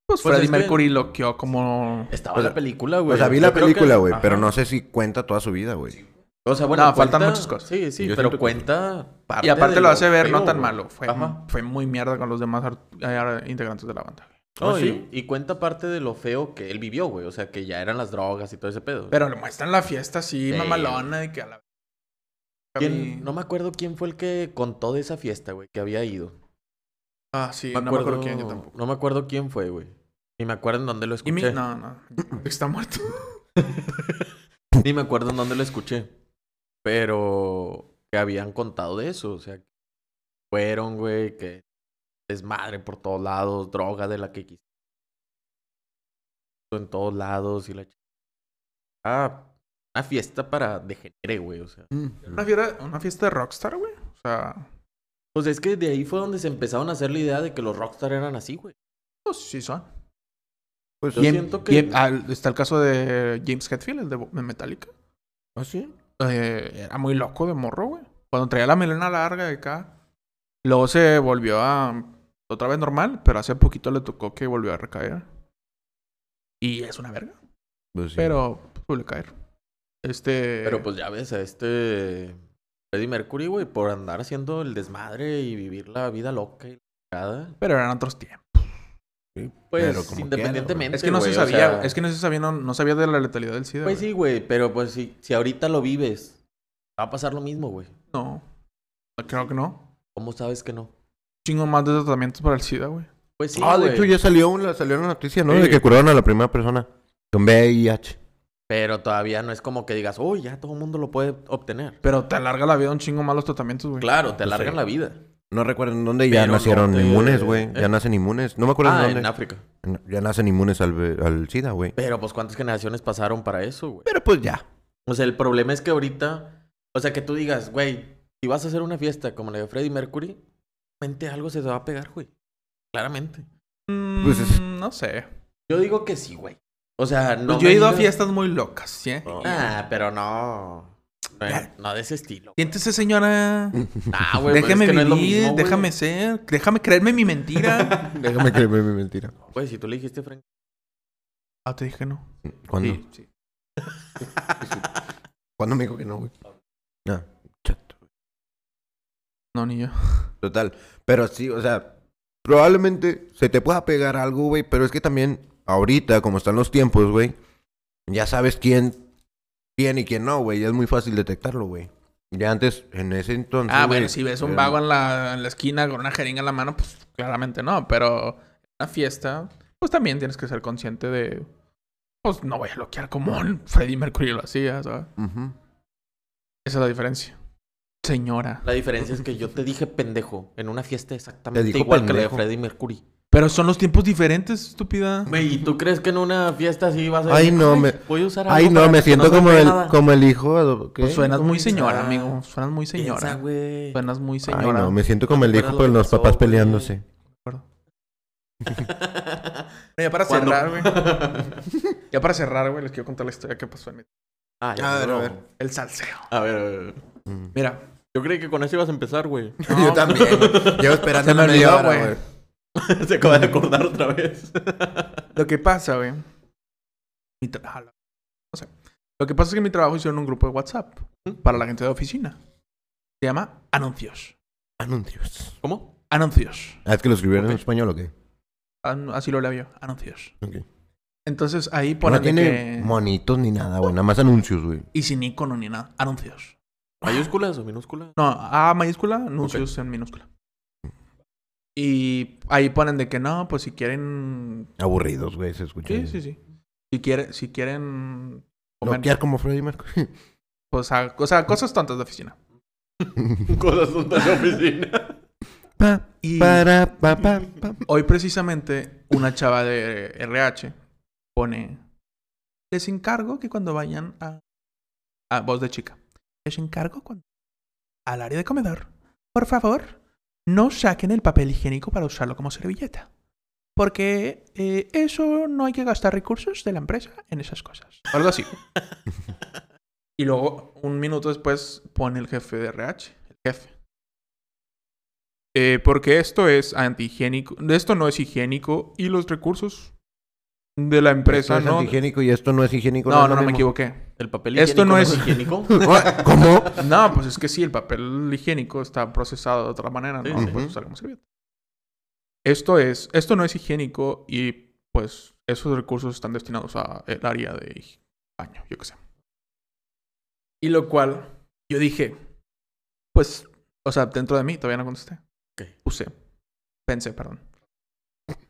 Speaker 1: pues
Speaker 2: pues
Speaker 1: Freddie
Speaker 2: es que-
Speaker 1: Mercury loqueó como...
Speaker 2: Estaba
Speaker 3: O sea,
Speaker 2: la película, güey.
Speaker 3: O sea, vi
Speaker 2: Yo
Speaker 3: la
Speaker 2: creo que-
Speaker 3: película, güey,
Speaker 2: Ajá.
Speaker 3: pero no sé si cuenta toda su vida, güey.
Speaker 2: O sea, bueno,
Speaker 1: No, faltan muchas cosas.
Speaker 2: Sí, sí,
Speaker 3: Yo
Speaker 2: pero
Speaker 3: siento que-
Speaker 2: cuenta parte
Speaker 1: Y aparte
Speaker 2: de
Speaker 1: lo hace ver
Speaker 2: feo,
Speaker 1: no tan
Speaker 2: güey.
Speaker 1: malo. Fue,
Speaker 2: Ajá.
Speaker 1: fue muy mierda con los demás art- eh, integrantes de la banda.
Speaker 2: No,
Speaker 3: Ah,
Speaker 2: y-
Speaker 3: sí.
Speaker 2: y, cuenta parte de lo feo que él vivió, güey. O sea, que ya eran las drogas y todo ese pedo.
Speaker 1: Pero le muestran la fiesta así,
Speaker 2: Sí.
Speaker 1: mamalona, de que a la...
Speaker 2: ¿Quién- no me acuerdo quién fue el que contó de esa fiesta, güey, que había ido.
Speaker 1: Ah, sí,
Speaker 2: Me
Speaker 1: no me acuerdo quién, yo tampoco.
Speaker 2: No me acuerdo quién fue, güey. Ni me acuerdo en dónde lo
Speaker 1: Y mi...
Speaker 2: escuché.
Speaker 1: No, no. Está muerto.
Speaker 2: Ni me acuerdo en dónde lo escuché. Pero que habían contado de eso. O sea, que fueron, güey, que desmadre por todos lados, droga de la que quisieron. En todos lados y la ch- Ah, una fiesta para degenere, güey. O sea.
Speaker 1: Una fiesta, una fiesta de rockstar, güey. O sea...
Speaker 2: Pues es que de ahí fue donde se empezaron a hacer la idea de que los rockstar eran así, güey.
Speaker 1: Pues sí son.
Speaker 3: Pues,
Speaker 2: Yo
Speaker 1: Y en-
Speaker 2: siento
Speaker 1: y
Speaker 2: que.
Speaker 1: en- al- está el caso de James Hetfield, el de, de Metallica.
Speaker 3: ¿Ah, sí?
Speaker 1: Eh, era muy loco de morro, güey. Cuando traía la melena larga de acá. Luego se volvió a... Otra vez normal, pero hace poquito le tocó que volvió a recaer. Y es una verga.
Speaker 3: Pues sí.
Speaker 1: Pero pues, suele caer. Este...
Speaker 2: Pero pues ya ves a este Freddie Mercury, güey, por andar haciendo el desmadre y vivir la vida loca y la chingada.
Speaker 1: Pero eran otros tiempos.
Speaker 3: Sí,
Speaker 2: Pues
Speaker 3: pero como
Speaker 2: independientemente.
Speaker 1: Es que no
Speaker 2: güey,
Speaker 1: se
Speaker 2: o
Speaker 1: sabía,
Speaker 2: sea,
Speaker 1: es que no se sabía, no, no sabía de la letalidad del SIDA.
Speaker 2: Pues
Speaker 1: güey.
Speaker 2: sí, güey, pero pues si, si ahorita lo vives, va a pasar lo mismo, güey.
Speaker 1: No. No, Creo que no.
Speaker 2: ¿Cómo sabes que no?
Speaker 1: Chingo más de tratamientos para el SIDA, güey.
Speaker 2: Pues sí,
Speaker 3: Ah, de
Speaker 2: güey,
Speaker 3: hecho ya salió una, salió una noticia, ¿no?
Speaker 2: Sí.
Speaker 3: De que curaron a la primera persona con VIH.
Speaker 2: pero todavía no es como que digas, uy, ya todo el mundo lo puede obtener.
Speaker 1: Pero te alarga la vida un chingo más los tratamientos, güey.
Speaker 2: Claro, te
Speaker 3: Pues
Speaker 2: alargan
Speaker 3: sí.
Speaker 2: la vida.
Speaker 3: No recuerdo en dónde ya
Speaker 2: Pero
Speaker 3: nacieron
Speaker 2: no te-
Speaker 3: inmunes, güey.
Speaker 2: ¿Eh?
Speaker 3: Ya nacen inmunes. No me acuerdo
Speaker 2: Ah,
Speaker 3: en
Speaker 2: en
Speaker 3: dónde.
Speaker 2: África.
Speaker 3: En- Ya nacen inmunes al, al SIDA, güey.
Speaker 2: Pero pues cuántas generaciones pasaron para eso, güey.
Speaker 3: Pero pues ya.
Speaker 2: O sea, el problema es que ahorita, o sea, que tú digas, güey, si vas a hacer una fiesta como la de Freddie Mercury, mente algo se te va a pegar, güey. Claramente.
Speaker 1: Mm,
Speaker 3: Pues es-
Speaker 1: No sé.
Speaker 2: Yo digo que sí, güey. O sea, no.
Speaker 1: Pues yo
Speaker 2: me
Speaker 1: he ido a
Speaker 2: digas-
Speaker 1: fiestas muy locas, ¿sí? eh?
Speaker 2: Ah, pero no. No,
Speaker 1: Ya.
Speaker 2: no de ese estilo.
Speaker 1: Siéntese, señora.
Speaker 2: Ah, güey, pues
Speaker 1: déjeme
Speaker 2: es que no
Speaker 1: vivir,
Speaker 2: es lo mismo, güey.
Speaker 1: déjame ser, déjame creerme mi mentira.
Speaker 3: Déjame creerme mi mentira.
Speaker 2: Güey, si tú le dijiste, Frank.
Speaker 1: ah, te dije no.
Speaker 3: ¿Cuándo?
Speaker 1: Sí, sí.
Speaker 3: ¿Cuándo me dijo que no, güey? Ah, chato.
Speaker 1: No, ni yo.
Speaker 3: Total. Pero sí, o sea, probablemente se te pueda pegar algo, güey. Pero es que también, ahorita, como están los tiempos, güey, ya sabes quién tiene y quién no, güey. Ya es muy fácil detectarlo, güey. Ya antes, en ese entonces.
Speaker 1: Ah, bueno,
Speaker 3: güey, Eh.
Speaker 1: si ves un
Speaker 3: era-
Speaker 1: vago en la, en la esquina con una jeringa en la mano, pues claramente no, pero en una fiesta, pues también tienes que ser consciente de, pues no voy a bloquear como un Freddie Mercury lo hacía, ¿sabes?
Speaker 3: Ujú.
Speaker 1: Esa es la diferencia. Señora.
Speaker 2: La diferencia es que yo te dije pendejo en una fiesta
Speaker 3: Te
Speaker 2: exactamente
Speaker 3: dijo
Speaker 2: igual que la de
Speaker 3: pendejo.
Speaker 2: Freddie Mercury.
Speaker 1: Pero son los tiempos diferentes, estúpida.
Speaker 2: Güey, ¿y tú crees que en una fiesta así vas a
Speaker 3: Ay,
Speaker 2: decir,
Speaker 3: no,
Speaker 2: "Ay,
Speaker 3: me-
Speaker 2: Voy a usar
Speaker 3: Ay,
Speaker 2: algo
Speaker 3: no,
Speaker 2: para
Speaker 3: me
Speaker 2: que
Speaker 3: siento
Speaker 2: se
Speaker 3: como,
Speaker 2: vea
Speaker 3: el,
Speaker 2: nada"?
Speaker 3: como el hijo. ¿qué?
Speaker 1: Pues suenas
Speaker 2: ¿Cómo
Speaker 1: muy
Speaker 2: que
Speaker 1: señora,
Speaker 2: será?
Speaker 1: amigo. Suenas muy
Speaker 2: Piensa,
Speaker 1: señora.
Speaker 2: güey.
Speaker 1: Suenas muy señora.
Speaker 3: Ay, no, me siento como el
Speaker 2: ¿Te acuerdas
Speaker 3: hijo con
Speaker 2: lo que
Speaker 3: los
Speaker 2: pasó,
Speaker 3: papás
Speaker 2: güey?
Speaker 3: peleándose.
Speaker 1: Ya para
Speaker 2: ¿Cuándo?
Speaker 1: cerrar, güey. Ya para cerrar, güey, les quiero contar la historia que pasó en el,
Speaker 2: Ah, ya,
Speaker 3: A ver,
Speaker 2: no.
Speaker 3: a ver.
Speaker 1: el salseo.
Speaker 2: A ver, a ver.
Speaker 3: Mm.
Speaker 1: Mira.
Speaker 2: Yo creí que con eso ibas a empezar, güey.
Speaker 1: no,
Speaker 3: Yo también, güey. Llevo esperando
Speaker 1: Se me
Speaker 3: una
Speaker 1: olvidó,
Speaker 3: media hora,
Speaker 1: güey.
Speaker 3: güey.
Speaker 2: Se acaba de acordar otra vez.
Speaker 1: Lo que pasa, güey. Mi tra- ah, la- No sé. Lo que pasa es que en mi trabajo hicieron un grupo de WhatsApp para la gente de oficina. Se llama Anuncios.
Speaker 3: Anuncios.
Speaker 2: ¿Cómo?
Speaker 1: Anuncios.
Speaker 3: Ah, es que lo escribieron
Speaker 2: Ok.
Speaker 3: en español o qué?
Speaker 1: An- así lo leo yo. Anuncios.
Speaker 3: Ok.
Speaker 1: Entonces ahí
Speaker 3: No
Speaker 1: ponen de
Speaker 3: tiene
Speaker 1: que...
Speaker 3: monitos ni nada, güey. Nada más anuncios, güey.
Speaker 1: Y sin icono ni nada. Anuncios.
Speaker 2: ¿Mayúsculas o minúsculas?
Speaker 1: No, A mayúscula, anuncios en minúscula. Y ahí ponen de que no, pues si quieren.
Speaker 3: Aburridos, güey, se escucha.
Speaker 1: Sí, sí, sí. Si, quiere, si quieren. comer,
Speaker 3: Bloquear como Freddy Mercury.
Speaker 1: pues, a- o sea, cosas tontas de oficina.
Speaker 2: Cosas tontas de oficina.
Speaker 3: Pa,
Speaker 1: Y
Speaker 3: para, pa, pa, pa.
Speaker 1: hoy precisamente una chava de RH pone. Les encargo que cuando vayan a. A voz de chica. Les encargo cuando. Al área de comedor. Por favor, no saquen el papel higiénico para usarlo como servilleta. Porque eh, eso no hay que gastar recursos de la empresa en esas cosas. O algo así. y luego, un minuto después, pone el jefe de RH. El jefe. Eh, porque esto es antihigiénico. Esto no es higiénico y los recursos de la
Speaker 3: Esto
Speaker 1: empresa,
Speaker 3: es
Speaker 1: ¿no?
Speaker 3: antihigiénico y esto no es higiénico.
Speaker 1: No,
Speaker 3: es
Speaker 1: no,
Speaker 3: lo
Speaker 1: no, me
Speaker 3: mismo.
Speaker 1: equivoqué.
Speaker 2: El papel
Speaker 1: Esto
Speaker 2: higiénico
Speaker 1: no
Speaker 2: no
Speaker 1: es-
Speaker 2: higiénico.
Speaker 3: ¿Cómo?
Speaker 1: No, pues es que sí, el papel higiénico está procesado de otra manera,
Speaker 2: Sí,
Speaker 1: ¿no?
Speaker 3: sí.
Speaker 1: Pues
Speaker 3: Ujú.
Speaker 1: usar como servilleta. Esto es, esto no es higiénico y pues esos recursos están destinados a el área de hij- baño, yo qué sé. Y lo cual, yo dije, pues, o sea, dentro de mí todavía no contesté.
Speaker 2: Ok.
Speaker 1: Usé. Pensé, perdón.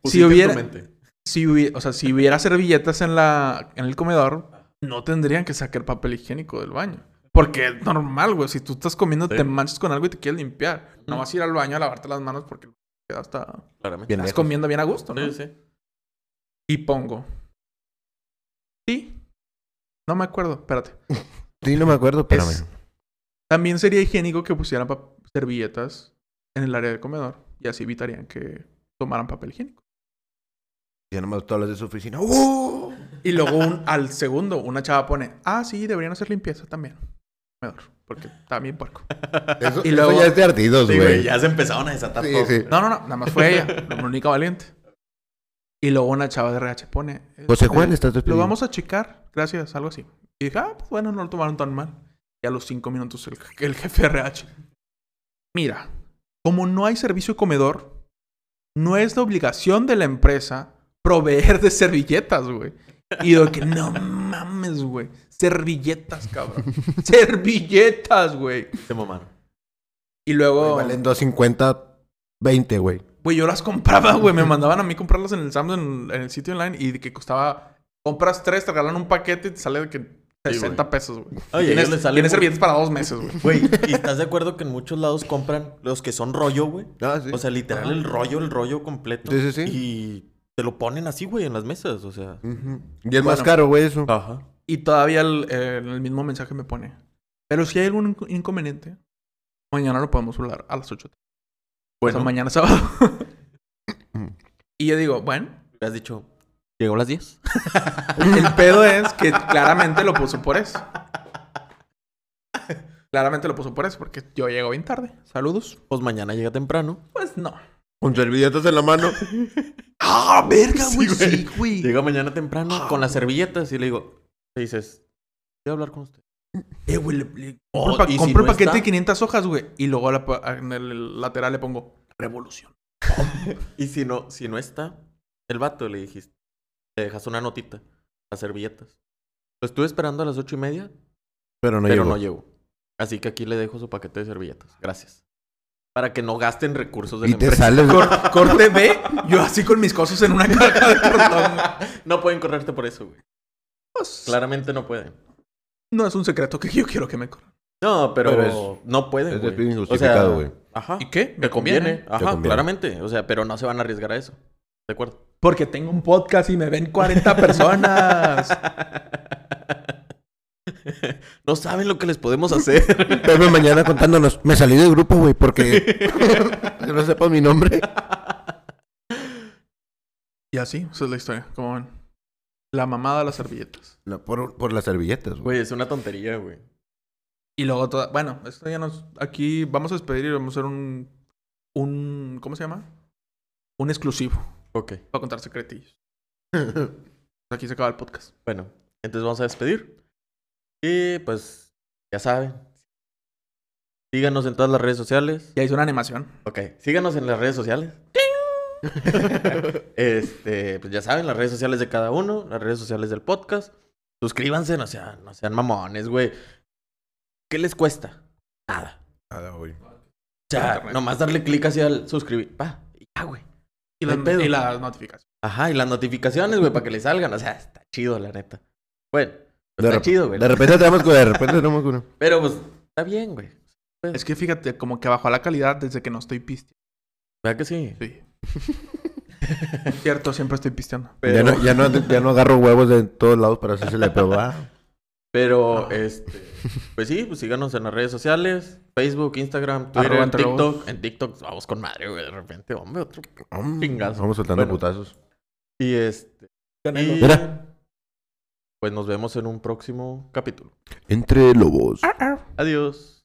Speaker 2: Pusiste
Speaker 1: Si
Speaker 2: en tu
Speaker 1: hubiera-
Speaker 2: mente.
Speaker 1: Si hubiera, o sea, si hubiera servilletas en la en el comedor, no tendrían que sacar papel higiénico del baño. Porque es normal, güey. Si tú estás comiendo,
Speaker 2: Sí.
Speaker 1: te manchas con algo y te quieres limpiar. No
Speaker 2: Ujú.
Speaker 1: vas a ir al baño a lavarte las manos porque ya está,
Speaker 2: Claramente.
Speaker 3: Bien
Speaker 1: estás
Speaker 3: lejos.
Speaker 1: comiendo bien a gusto, ¿no?
Speaker 2: Sí, sí.
Speaker 1: Y pongo. Sí. No me acuerdo, espérate.
Speaker 3: Sí, no me acuerdo, pero
Speaker 1: Es- También sería higiénico que pusieran pap- servilletas en el área del comedor. Y así evitarían que tomaran papel higiénico.
Speaker 3: ya no me gustó hablar de su oficina. ¡Uh!
Speaker 1: Y luego un- al segundo, una chava pone, ah, sí, deberían hacer limpieza también. Mejor, porque también puerco.
Speaker 3: Eso,
Speaker 1: Y
Speaker 3: eso
Speaker 1: luego-
Speaker 3: ya es de ardidos,
Speaker 2: Sí,
Speaker 3: güey.
Speaker 2: güey, ya se empezaron a desatar
Speaker 3: Sí,
Speaker 2: todo.
Speaker 3: sí.
Speaker 1: No, no, no, nada más fue ella, la única valiente. Y luego una chava de RH pone,
Speaker 3: José
Speaker 1: este,
Speaker 3: Juan, estás
Speaker 1: lo
Speaker 3: despedido.
Speaker 1: vamos a checar, gracias, algo así. Y dije, ah, pues bueno, no lo tomaron tan mal. Y a los cinco minutos el, el jefe de RH. Mira, como no hay servicio de comedor, no es la obligación de la empresa proveer de servilletas, güey. Y yo que no mames, güey. Servilletas, cabrón. servilletas, güey.
Speaker 2: Se mamaron.
Speaker 1: Y luego,
Speaker 3: Güey, Valen 250, 20, güey.
Speaker 1: güey, yo las compraba, güey. Me mandaban a mí comprarlas en el Samsung, en el sitio online, y de que costaba. Compras tres, te regalan un paquete y te sale de que 60 pesos, güey.
Speaker 2: Oye,
Speaker 1: tienes,
Speaker 2: ellos les sale
Speaker 1: tienes
Speaker 2: muy-
Speaker 1: servilletas para dos meses, güey.
Speaker 2: Güey, ¿y estás de acuerdo que en muchos lados compran los que son rollo, güey?
Speaker 3: Ah, sí.
Speaker 2: O sea, literal,
Speaker 1: Ajá.
Speaker 2: el rollo, el rollo completo.
Speaker 3: Sí, sí, sí.
Speaker 2: Y te lo ponen así, güey, en las mesas, o sea.
Speaker 3: Ujú. Y es más
Speaker 1: Bueno. Ah.
Speaker 3: caro, güey, eso.
Speaker 2: Ajá.
Speaker 1: Y todavía el, el- el mismo mensaje me pone. Pero si hay algún inc- inconveniente, mañana lo podemos hablar a las 8.
Speaker 2: Bueno,
Speaker 1: O sea, mañana sábado.
Speaker 3: Mm.
Speaker 1: y yo digo, bueno,
Speaker 2: has dicho, llegó a las 10.
Speaker 1: el pedo es que claramente lo puso por eso. Claramente lo puso por eso, porque yo llego bien tarde. Saludos.
Speaker 2: Pues mañana llega temprano.
Speaker 1: Pues no.
Speaker 3: Con servilletas en la mano.
Speaker 1: ¡Ah, verga,
Speaker 2: güey, sí,
Speaker 1: güey!
Speaker 2: Llega mañana temprano
Speaker 3: Ah,
Speaker 2: con las servilletas y le digo, le dices, quiero hablar con usted.
Speaker 1: Eh, güey, le, le-
Speaker 2: Oh,
Speaker 1: compro, el pa-
Speaker 2: y si
Speaker 1: compro el
Speaker 2: no
Speaker 1: paquete
Speaker 2: está-
Speaker 1: de 500 hojas, güey. Y luego a la pa- en el lateral le pongo revolución.
Speaker 2: Y si no, si no está, el vato le dijiste, le dejas una notita, las servilletas. Lo estuve esperando a las ocho y media,
Speaker 3: Pero no
Speaker 2: pero no
Speaker 3: llegó.
Speaker 2: llegó. Así que aquí le dejo su paquete de servilletas. Gracias. Para que no gasten recursos de
Speaker 3: y
Speaker 2: la
Speaker 3: te
Speaker 2: empresa.
Speaker 3: sale el...
Speaker 1: Cor- corte B, yo así con mis cosas en una caja de cartón. güey.
Speaker 2: No pueden correrte por eso, güey.
Speaker 1: Pues,
Speaker 2: Claramente no pueden.
Speaker 1: No es un secreto que yo quiero que me corran.
Speaker 2: No, pero,
Speaker 3: Pero
Speaker 2: no pueden,
Speaker 3: es
Speaker 2: güey.
Speaker 3: despido injustificado,
Speaker 2: O sea,
Speaker 3: güey.
Speaker 2: Ajá.
Speaker 1: ¿Y qué?
Speaker 2: Me conviene. Ajá,
Speaker 3: conviene.
Speaker 2: claramente. O sea, pero no se van a arriesgar a eso. ¿De acuerdo?
Speaker 1: Porque tengo un podcast y me ven 40 personas.
Speaker 2: No saben lo que les podemos hacer.
Speaker 3: Pepe mañana contándonos. Me salí del grupo, güey, porque... que no sepas mi nombre.
Speaker 1: y así, esa es la historia. Como ven. La mamada de las servilletas.
Speaker 3: No, por, por las servilletas, güey.
Speaker 2: Güey, es una tontería, güey.
Speaker 1: Y luego toda... Bueno, esto ya nos... Aquí vamos a despedir y vamos a hacer un... un ¿Cómo se llama? Un exclusivo.
Speaker 2: Ok.
Speaker 1: Para contar secretillos. Aquí se acaba el podcast.
Speaker 2: Bueno, entonces vamos a despedir. Y pues, ya saben. Síganos en todas las redes sociales.
Speaker 1: Ya hice una animación.
Speaker 2: Ok, síganos en las redes sociales. este, pues ya saben, las redes sociales de cada uno, las redes sociales del podcast. Suscríbanse, no sean, no sean mamones, güey. ¿Qué les cuesta? Nada.
Speaker 3: Nada, güey.
Speaker 2: O sea,
Speaker 1: Internet.
Speaker 2: nomás darle clic hacia el suscribir. Pa, y ya, güey.
Speaker 1: Y
Speaker 2: No hay
Speaker 1: las,
Speaker 2: pedo.
Speaker 1: y las notificaciones.
Speaker 2: Ajá, y las notificaciones, güey, para que le salgan. O sea, está chido, la neta. Bueno,
Speaker 3: De,
Speaker 2: está
Speaker 3: rep-
Speaker 2: chido, güey.
Speaker 3: de repente tenemos que... De repente tenemos uno.
Speaker 2: Pero pues, está bien, güey.
Speaker 1: Es que fíjate, como que bajó la calidad desde que no estoy pisteando.
Speaker 2: ¿Verdad que sí?
Speaker 1: Sí. Cierto, siempre estoy pisteando.
Speaker 2: Pero,
Speaker 3: Ya, no, ya, no, ya no agarro huevos de todos lados para hacerse la prueba.
Speaker 2: pero este, pues sí, pues síganos en las redes sociales, Facebook, Instagram, Twitter,
Speaker 1: Arroba entre
Speaker 2: TikTok.
Speaker 1: lobos.
Speaker 2: En TikTok vamos con madre, güey, de repente, hombre, otro. Chingazo.
Speaker 3: Vamos soltando
Speaker 2: Bueno.
Speaker 3: putazos.
Speaker 2: Y este,
Speaker 1: Canelo.
Speaker 2: y-
Speaker 3: Mira.
Speaker 2: pues nos vemos en un próximo capítulo.
Speaker 3: Entre lobos.
Speaker 1: Ah, ah.
Speaker 2: Adiós.